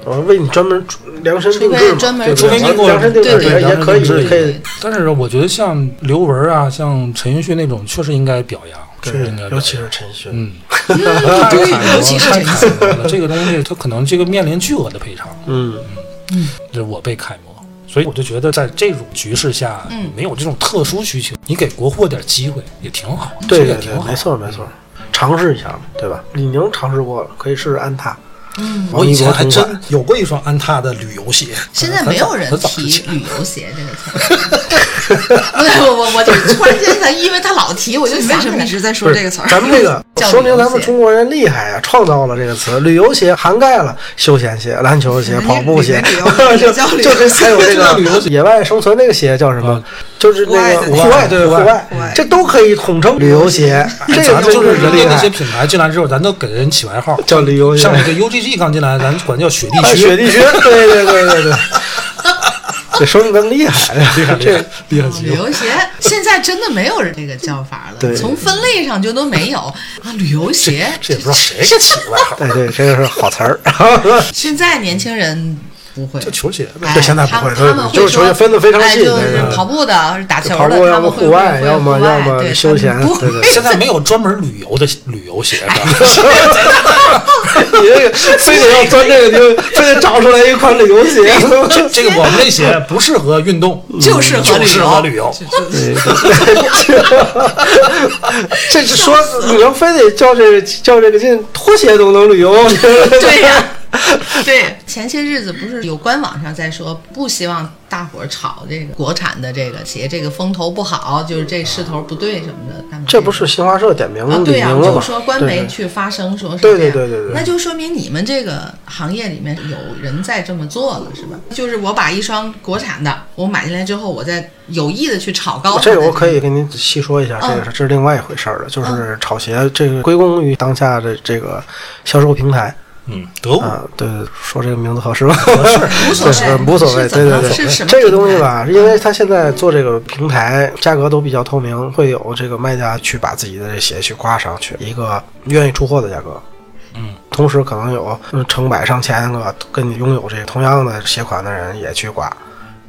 我为你专门量身定制嘛，
除非专门
对
除非
对
你给我
量身定制
对对
也也可以，
量身定制
也可以，
但是我觉得像刘雯啊、像陈奕迅那种，确实应该表扬，确实应该表
对，
扬，
尤其是陈奕迅，
嗯，太惨了
尤其是
太惨 了，这个东西它可能这个面临巨额的赔偿，
嗯，
就是我被楷模。所以我就觉得，在这种局势下，
嗯
没有这种特殊需求，你给国货点机会也挺好，
对
这
对
个
对
挺，好
没。错没错，尝试一下嘛，对吧？李宁尝试过了，可以试试安踏，嗯，
我以前还真有过一双安踏的旅游鞋，
现在没有人
很早很早之
提
前
旅游鞋这个词儿。 对，我我我就突然间，他因为他老提，我就
为
想起
什么
来
一直在
不
说
是
这个词儿？
咱们这 个
叫
说明咱
旅游
们
鞋
中国人厉害啊，创造了这个词，旅游鞋涵盖了休闲鞋、篮球鞋、
人家
跑步鞋
旅游，
就
也叫旅游
就这还有
这
这
叫 旅游
个
鞋
野外生存那个鞋叫什么
啊？
就是那个
户外的
户外对
户
户
外哎
外
户外，
这都可以统称旅游鞋，这
咱
个
们就是
真
人
厉
家那些
害，
品牌进来之后，咱都给人起外号，
叫旅游鞋，
像那个 UGG 刚进来，咱管叫雪地
啊，
靴
雪，地靴，对对对对对，这说明咱们厉害啊，
厉害厉
这
害厉害极
旅
了。
游鞋现在真的没有人这个叫法了，
对
从分类上就都没有啊。旅游鞋，
这也不知道谁给起的外 号，
哎对，这个是好词儿。
现在年轻人不会
就。球鞋呗。
哎
对现在不
他
会
他们
对
会
就是
说
球鞋分得非常
哎
细
就
对
是
对对
跑步的，或者打 球
跑
的，
步
他
要
们
么
会
户外
会会
要么
户外
要么
对
休
他们
闲
不
对对
现在没有专门旅游的旅游鞋的，
哎
你这个非得要钻这个，就非得找出来一款旅游鞋。
这这个我们这鞋不适合运动， 嗯
就适合旅游
就适合旅游。
这是说你要非得较这个较这个劲，拖鞋都能旅 游。
对呀、 对。前些日子不是有官网上在说，不希望大伙儿炒这个国产的这个鞋，这个风头不好，就是这势头不对什么的。他们
这不是新华社点名
啊，
李
对呀、
宁了
就
吗？
是说官媒去发声说是
对
这样
对对对对
那就说明你们这个行业里面有人在这么做了，是吧？就是我把一双国产的我买进来之后，我再有意的去炒高它的嗯
这个我
个
可以跟您细说一下，这个是这是另外一回事儿了，就是炒鞋这个归功于当下的这个销售平台。
嗯，得物
啊，对，说这个名字合适吧？
无所谓，
无所谓，
是
对
怎么
对对，
是什么
这个东西
品牌？
吧，因为它现在做这个平台，价格都比较透明，会有这个卖家去把自己的这鞋去挂上去，一个愿意出货的价格。
嗯，
同时可能有嗯成百上千个跟你拥有这同样的鞋款的人也去挂，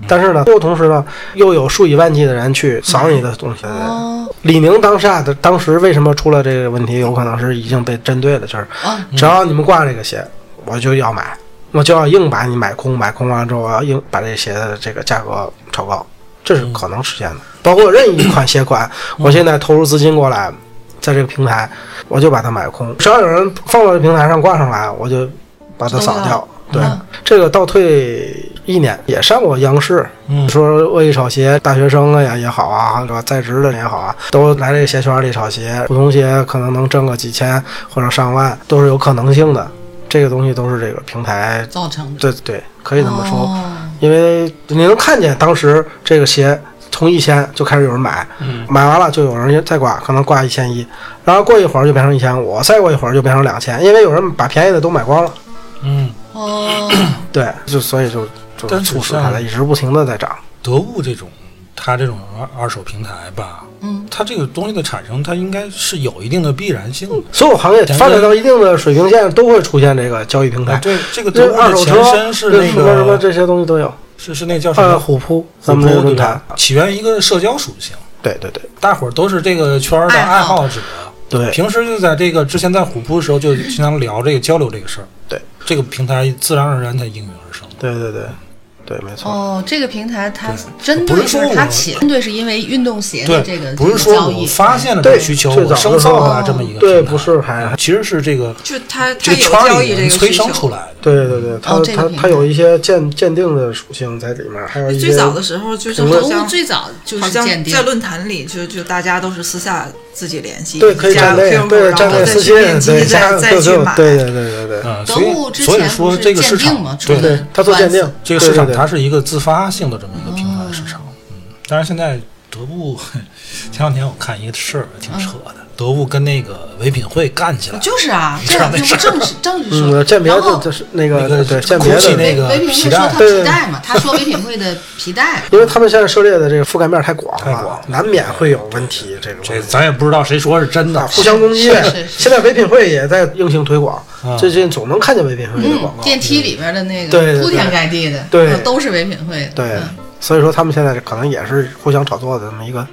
但是呢，又同时呢，又有数以万计的人去扫你的东西。
哦
李宁当下的当时为什么出了这个问题，有可能是已经被针对了，就是
哦，
只要你们挂这个鞋，我就要买，我就要硬把你买空，买空完了之后，我要硬把这鞋的这个价格炒高，这是可能实现的。包括任意一款鞋款，我现在投入资金过来，在这个平台，我就把它买空，只要有人放到这平台上挂上来，我就把它扫掉。对，这个倒退一年也上过央视，
嗯
说恶意炒鞋，大学生啊呀也好啊，这个在职的人也好啊，都来这个鞋圈里炒鞋，普通鞋可能能挣个几千或者上万，都是有可能性的。这个东西都是这个平台，
造成的，
对对，可以这么说，
哦
因为你能看见当时这个鞋从一千就开始有人买，
嗯
买完了就有人再挂，可能挂一千一，然后过一会儿就变成一千五，再过一会儿就变成两千，因为有人把便宜的都买光了，
嗯，
哦，
对，就所以就就
但是
促使
像
它在一直不停的在涨。
得物这种，它这种二二手平台吧，
嗯，
它这个东西的产生，它应该是有一定的必然性的。
所有行业发展到一定的水平线，都会出现这个交易平台。
对，啊这个得
哎这
物
二
的
手车
前身是那
这什么什么
个
这些东西都有。
是是那叫什
呃，
么？
虎扑，
虎
咱们这个
扑对
论坛
吧，？起源于一个社交属性，
对对对
大伙儿都是这个圈儿的爱
爱好
好者。
对
平时就在这个之前在虎扑的时候就经常聊这个交流这个事儿，
对
这个平台自然而然它应运而生。
对对对对，没错。
哦，这个平台它
对
针
不
对
是
就
说
是它
我
起针对是因为运动鞋的这
对，
个
不是
这个
说
交
我
易
发现了这
对，
个需求，
最
我
早
生
的时
造
候
了这么一个
对，
平台嗯
不是还
其实是这个
就他
这
他
个
有
圈
交
儿里
易
面
这个
催
需
生出
求。
来的。
对对对，它
这个
它
平台
它有一些鉴鉴定的属性在里面，还有一些
最早的时候就是
评论
好
得物
像
最早就
好
是鉴
像
定
在论坛里就就大家都是私下自己联系，
对可以
加
站内
QQ，
对
然
站
后
内
再
私
去
信
链接
对加
再再去
QQ
买。
对对对对对
嗯，所
得物
以
之
所以
前不
说
是
这个市
鉴定
场
嘛，
对
出
对
来，
它做鉴定，
这个市场
对对
它是一个自发性的这么一个平台市场。嗯，当然现在德布前两天我看一个事儿挺扯的，德布跟那个唯品会干起来了，
嗯就是啊，
这
这
样
两
的
天
事儿
不正是正是
嗯，
说，
鉴别
然
的
后
就是那
那
个
个
对鉴别
Gucci
的
那个
唯品
皮
会
带
说它皮带嘛，他说唯品会的皮带，
因为他们现在涉猎的这个覆盖面太广
太广
了，难免会有问题。这个
这咱也不知道谁说是真
啊，
的。
互相攻击
是是是。
现在唯品会也在硬性推广
啊，
最近总能看见唯品会的广
嗯，
告。
电梯里边的那
对对
个
对
铺天盖地的，
对
嗯都是唯品会的，
对
嗯，
所以说他们现在可能也是互相炒作的这么一个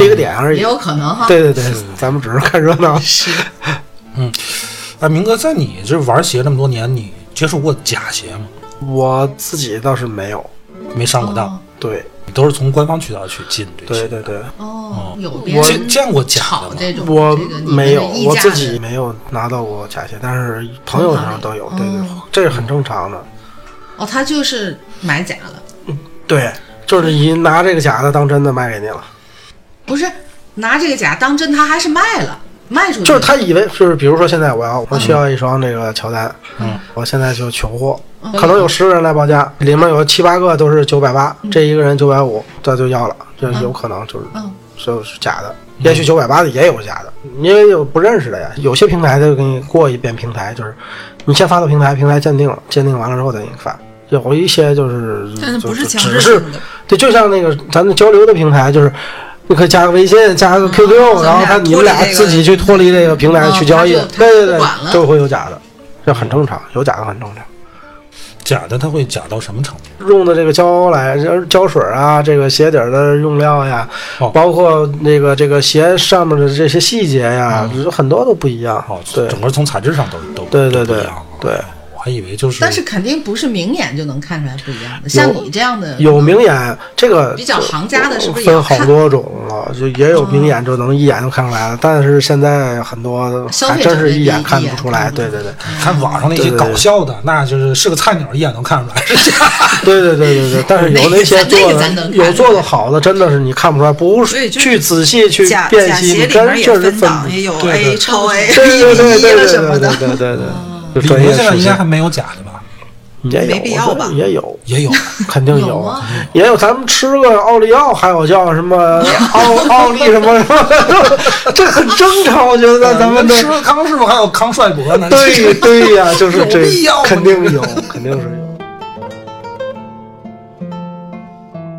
一个点而
也
已。
有可能哈。
对对对，咱们只是看热闹。
是
哎，明哥，在你这玩鞋这么多年，你接触过假鞋吗？
我自己倒是没有，
没上过当，
对
你都是从官方渠道去进这
对
些。
对对，
哦，有别
我
人
见过假
炒
的吗？
这种，
我
这个你
没有
们的，溢
我
价
自
的
己没有拿到过假鞋，但是朋友上都有，对对
哦，
这是很正常的。
哦，他就是买假了，
对，就是你拿这个假的当真的卖给你了。
不是拿这个假当真，他还是卖了，卖
嗯
出去
就是他以为就是比如说现在我要我需要一双这个乔丹，嗯，我现在就求货，
嗯
可能有十个人来报价，里面有七八个都是九百八，
嗯
这一个人九百五，这就要了，这有可能就是
嗯
就是假的。
嗯
也许九百八的也有假的，因为有不认识的呀。有些平台他就给你过一遍平台，就是你先发到平台，平台鉴定了，鉴定完了之后再给你发。有一些就是，
但是不是
就
强
只
制
是
性的，
对，就像那个咱们交流的平台，就是你可以加个微信，加个 QQ，、
咱
然后
们俩
他你们
脱离
俩
这个
自己去脱离这个平台
哦
去交易，
他就他
对对
不
对
管，了
都会有假的，这很正常，有假的很正常。
假的它会假到什么程度？
用的这个胶来胶水啊，这个鞋底儿的用料呀，
哦
包括那个这个鞋上面的这些细节呀，很多都不一样。
哦，
对
整个从材质上都都
对对
都不
对
一样啊
对，
我还以为就是，
但是肯定不是明眼就能看出来不一样的，像你这样的
有明眼这个
比较行家的是不是也
分
要
好
看
多种了，就也有明眼就能一眼就看出来了，但是现在很多
消
还
费
真
者
是
未
一
必
眼
一
看
眼
不出来。
看不
对
出
对对，
看网上那些
对对对
搞笑的，那就是是个菜鸟，一眼能看出来是假。
对对对对对，但是有那些
那个
做
咱
的
能
有
看
做的好的，真的是你看不出来，不
所以就是
去仔细去
假
辨
假
析，
鞋
你
里面
真
也
就是分
分
不
档，哎也有
对对
A 超 A、
对对对对
1
对
比1
对
了什么
对
的。
对对对，就
李
专
宁
业
现在
事
应该还
情。
没有假的吧？
也有，
没必要
我觉得
吧
也有，
也有，
肯定
有
有
吗，
也有。咱们吃个奥利奥，还有叫什么奥奥利什么什 么，这很正常，我觉得在咱们的
吃了康师傅还有康帅伯呢，
对对呀，就是
有
这
必要吗
肯定有，肯定是有。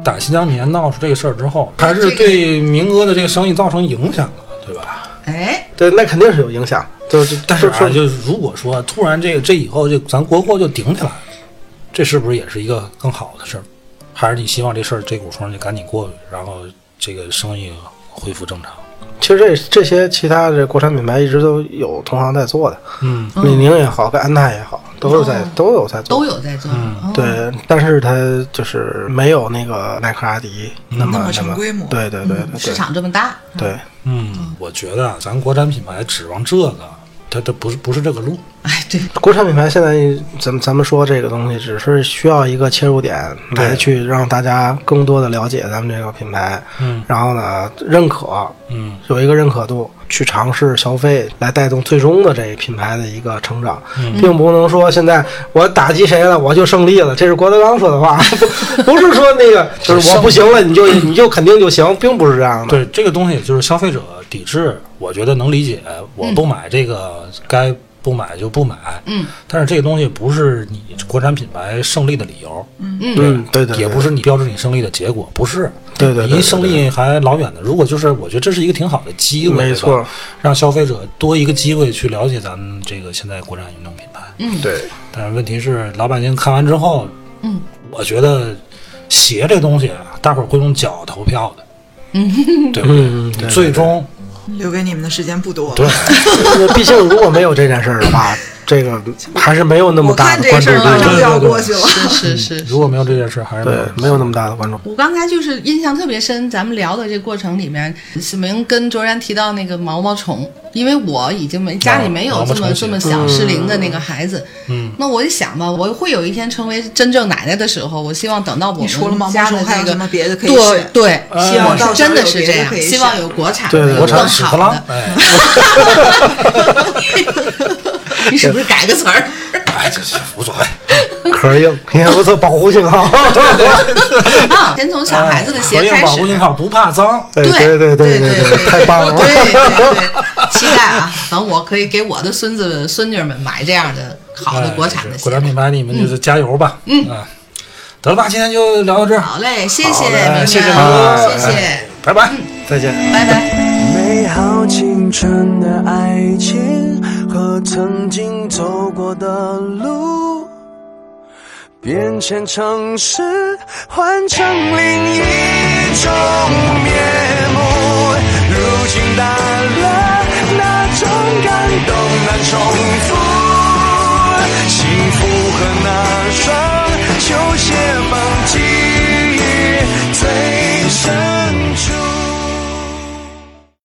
打新疆棉闹出这个事儿之后，还是对民哥的这个生意造成影响了，对吧？
哎，
对，那肯定是有影响。就是，
但是
说
啊，就是如果说突然这个这以后就咱国货就顶起来了，这是不是也是一个更好的事儿？还是你希望这事儿这股风就赶紧过去，然后这个生意恢复正常？
其实这这些其他的国产品牌一直都有同行在做的，
嗯，
李宁也好，跟安踏也好，都有在
哦
都有在做
都。有在做。哦，
对，但是它就是没有那个耐克、阿迪那么
那么成规模
对对对
嗯市
对
场这么大，
对，
嗯，我觉得啊，咱国产品牌指望这个，它它不是不是这个路。
哎，对，
国产品牌现在咱们咱们说这个东西，只是需要一个切入点来
对
去让大家更多的了解咱们这个品牌，
嗯
然后呢认可，
嗯
有一个认可度，去尝试消费，来带动最终的这品牌的一个成长，
嗯
并不能说现在我打击谁了我就胜利了，这是郭德纲说的 话，不不是说那个就是我不行了你就你就肯定就行，并不是这样的。
对这个东西，就是消费者抵制，我觉得能理解。我不买这个，该不买就不买。
嗯，
但是这个东西不是你国产品牌胜利的理由，
嗯，对对，对
也不是你标志你胜利的结果，不是。
对对对
离胜利还老远的。如果就是，我觉得这是一个挺好的机会，
没
对吧
错，
让消费者多一个机会去了解咱们这个现在国产运动品牌。
对。
但是问题是，老百姓看完之后，
嗯，
我觉得鞋这东西啊，大伙儿会用脚投票的，嗯，对不对？
嗯嗯对对
最终
留给你们的时间不多。
对，
那毕竟如果没有这件事儿的话，这个还是没有那么
我
大
看
的
这个
关注度。
事儿马上就要
对对对
过去了。
是是是。
如果没有这件事，还是没有
对，没有那么大的关注。
我刚才就是印象特别深，咱们聊的这过程里面，小明跟卓然提到那个毛毛虫，因为我已经没家里没有
毛毛
这
虫
么
鞋
这么小适龄的那个孩子，
嗯，
那我就想吧，我会有一天成为真正奶奶的时候，我希望等到我
你除了
们
毛毛
家的
虫还有
这个
什么别的可以
对
选
对，
哎
希
到
望
时候
是真的是这
有别的
样
可，以选
希望有国产
对
的有
国
更
产屎壳
好
郎
的，，
哎，
你是不是改个词 儿？
哎，这这无所谓，
壳儿硬也不错，保护性 好。
啊，先从小孩子的鞋
哎
开
保
始
护。信号不怕脏，
哎对
对
对对
对
对，太棒了！
对对对，期待啊！等我可以给我的孙子孙女们买这样的好的
哎
国产的
是
鞋
国。产品牌，你们就是加油吧，嗯啊，得了吧，今天就聊到这儿，
好嘞，谢谢
好嘞
明明，
谢谢
您
谢谢，
拜拜。
再见。
拜拜。
美好青春的爱情和曾经走过的路，变迁城市，换成另一种面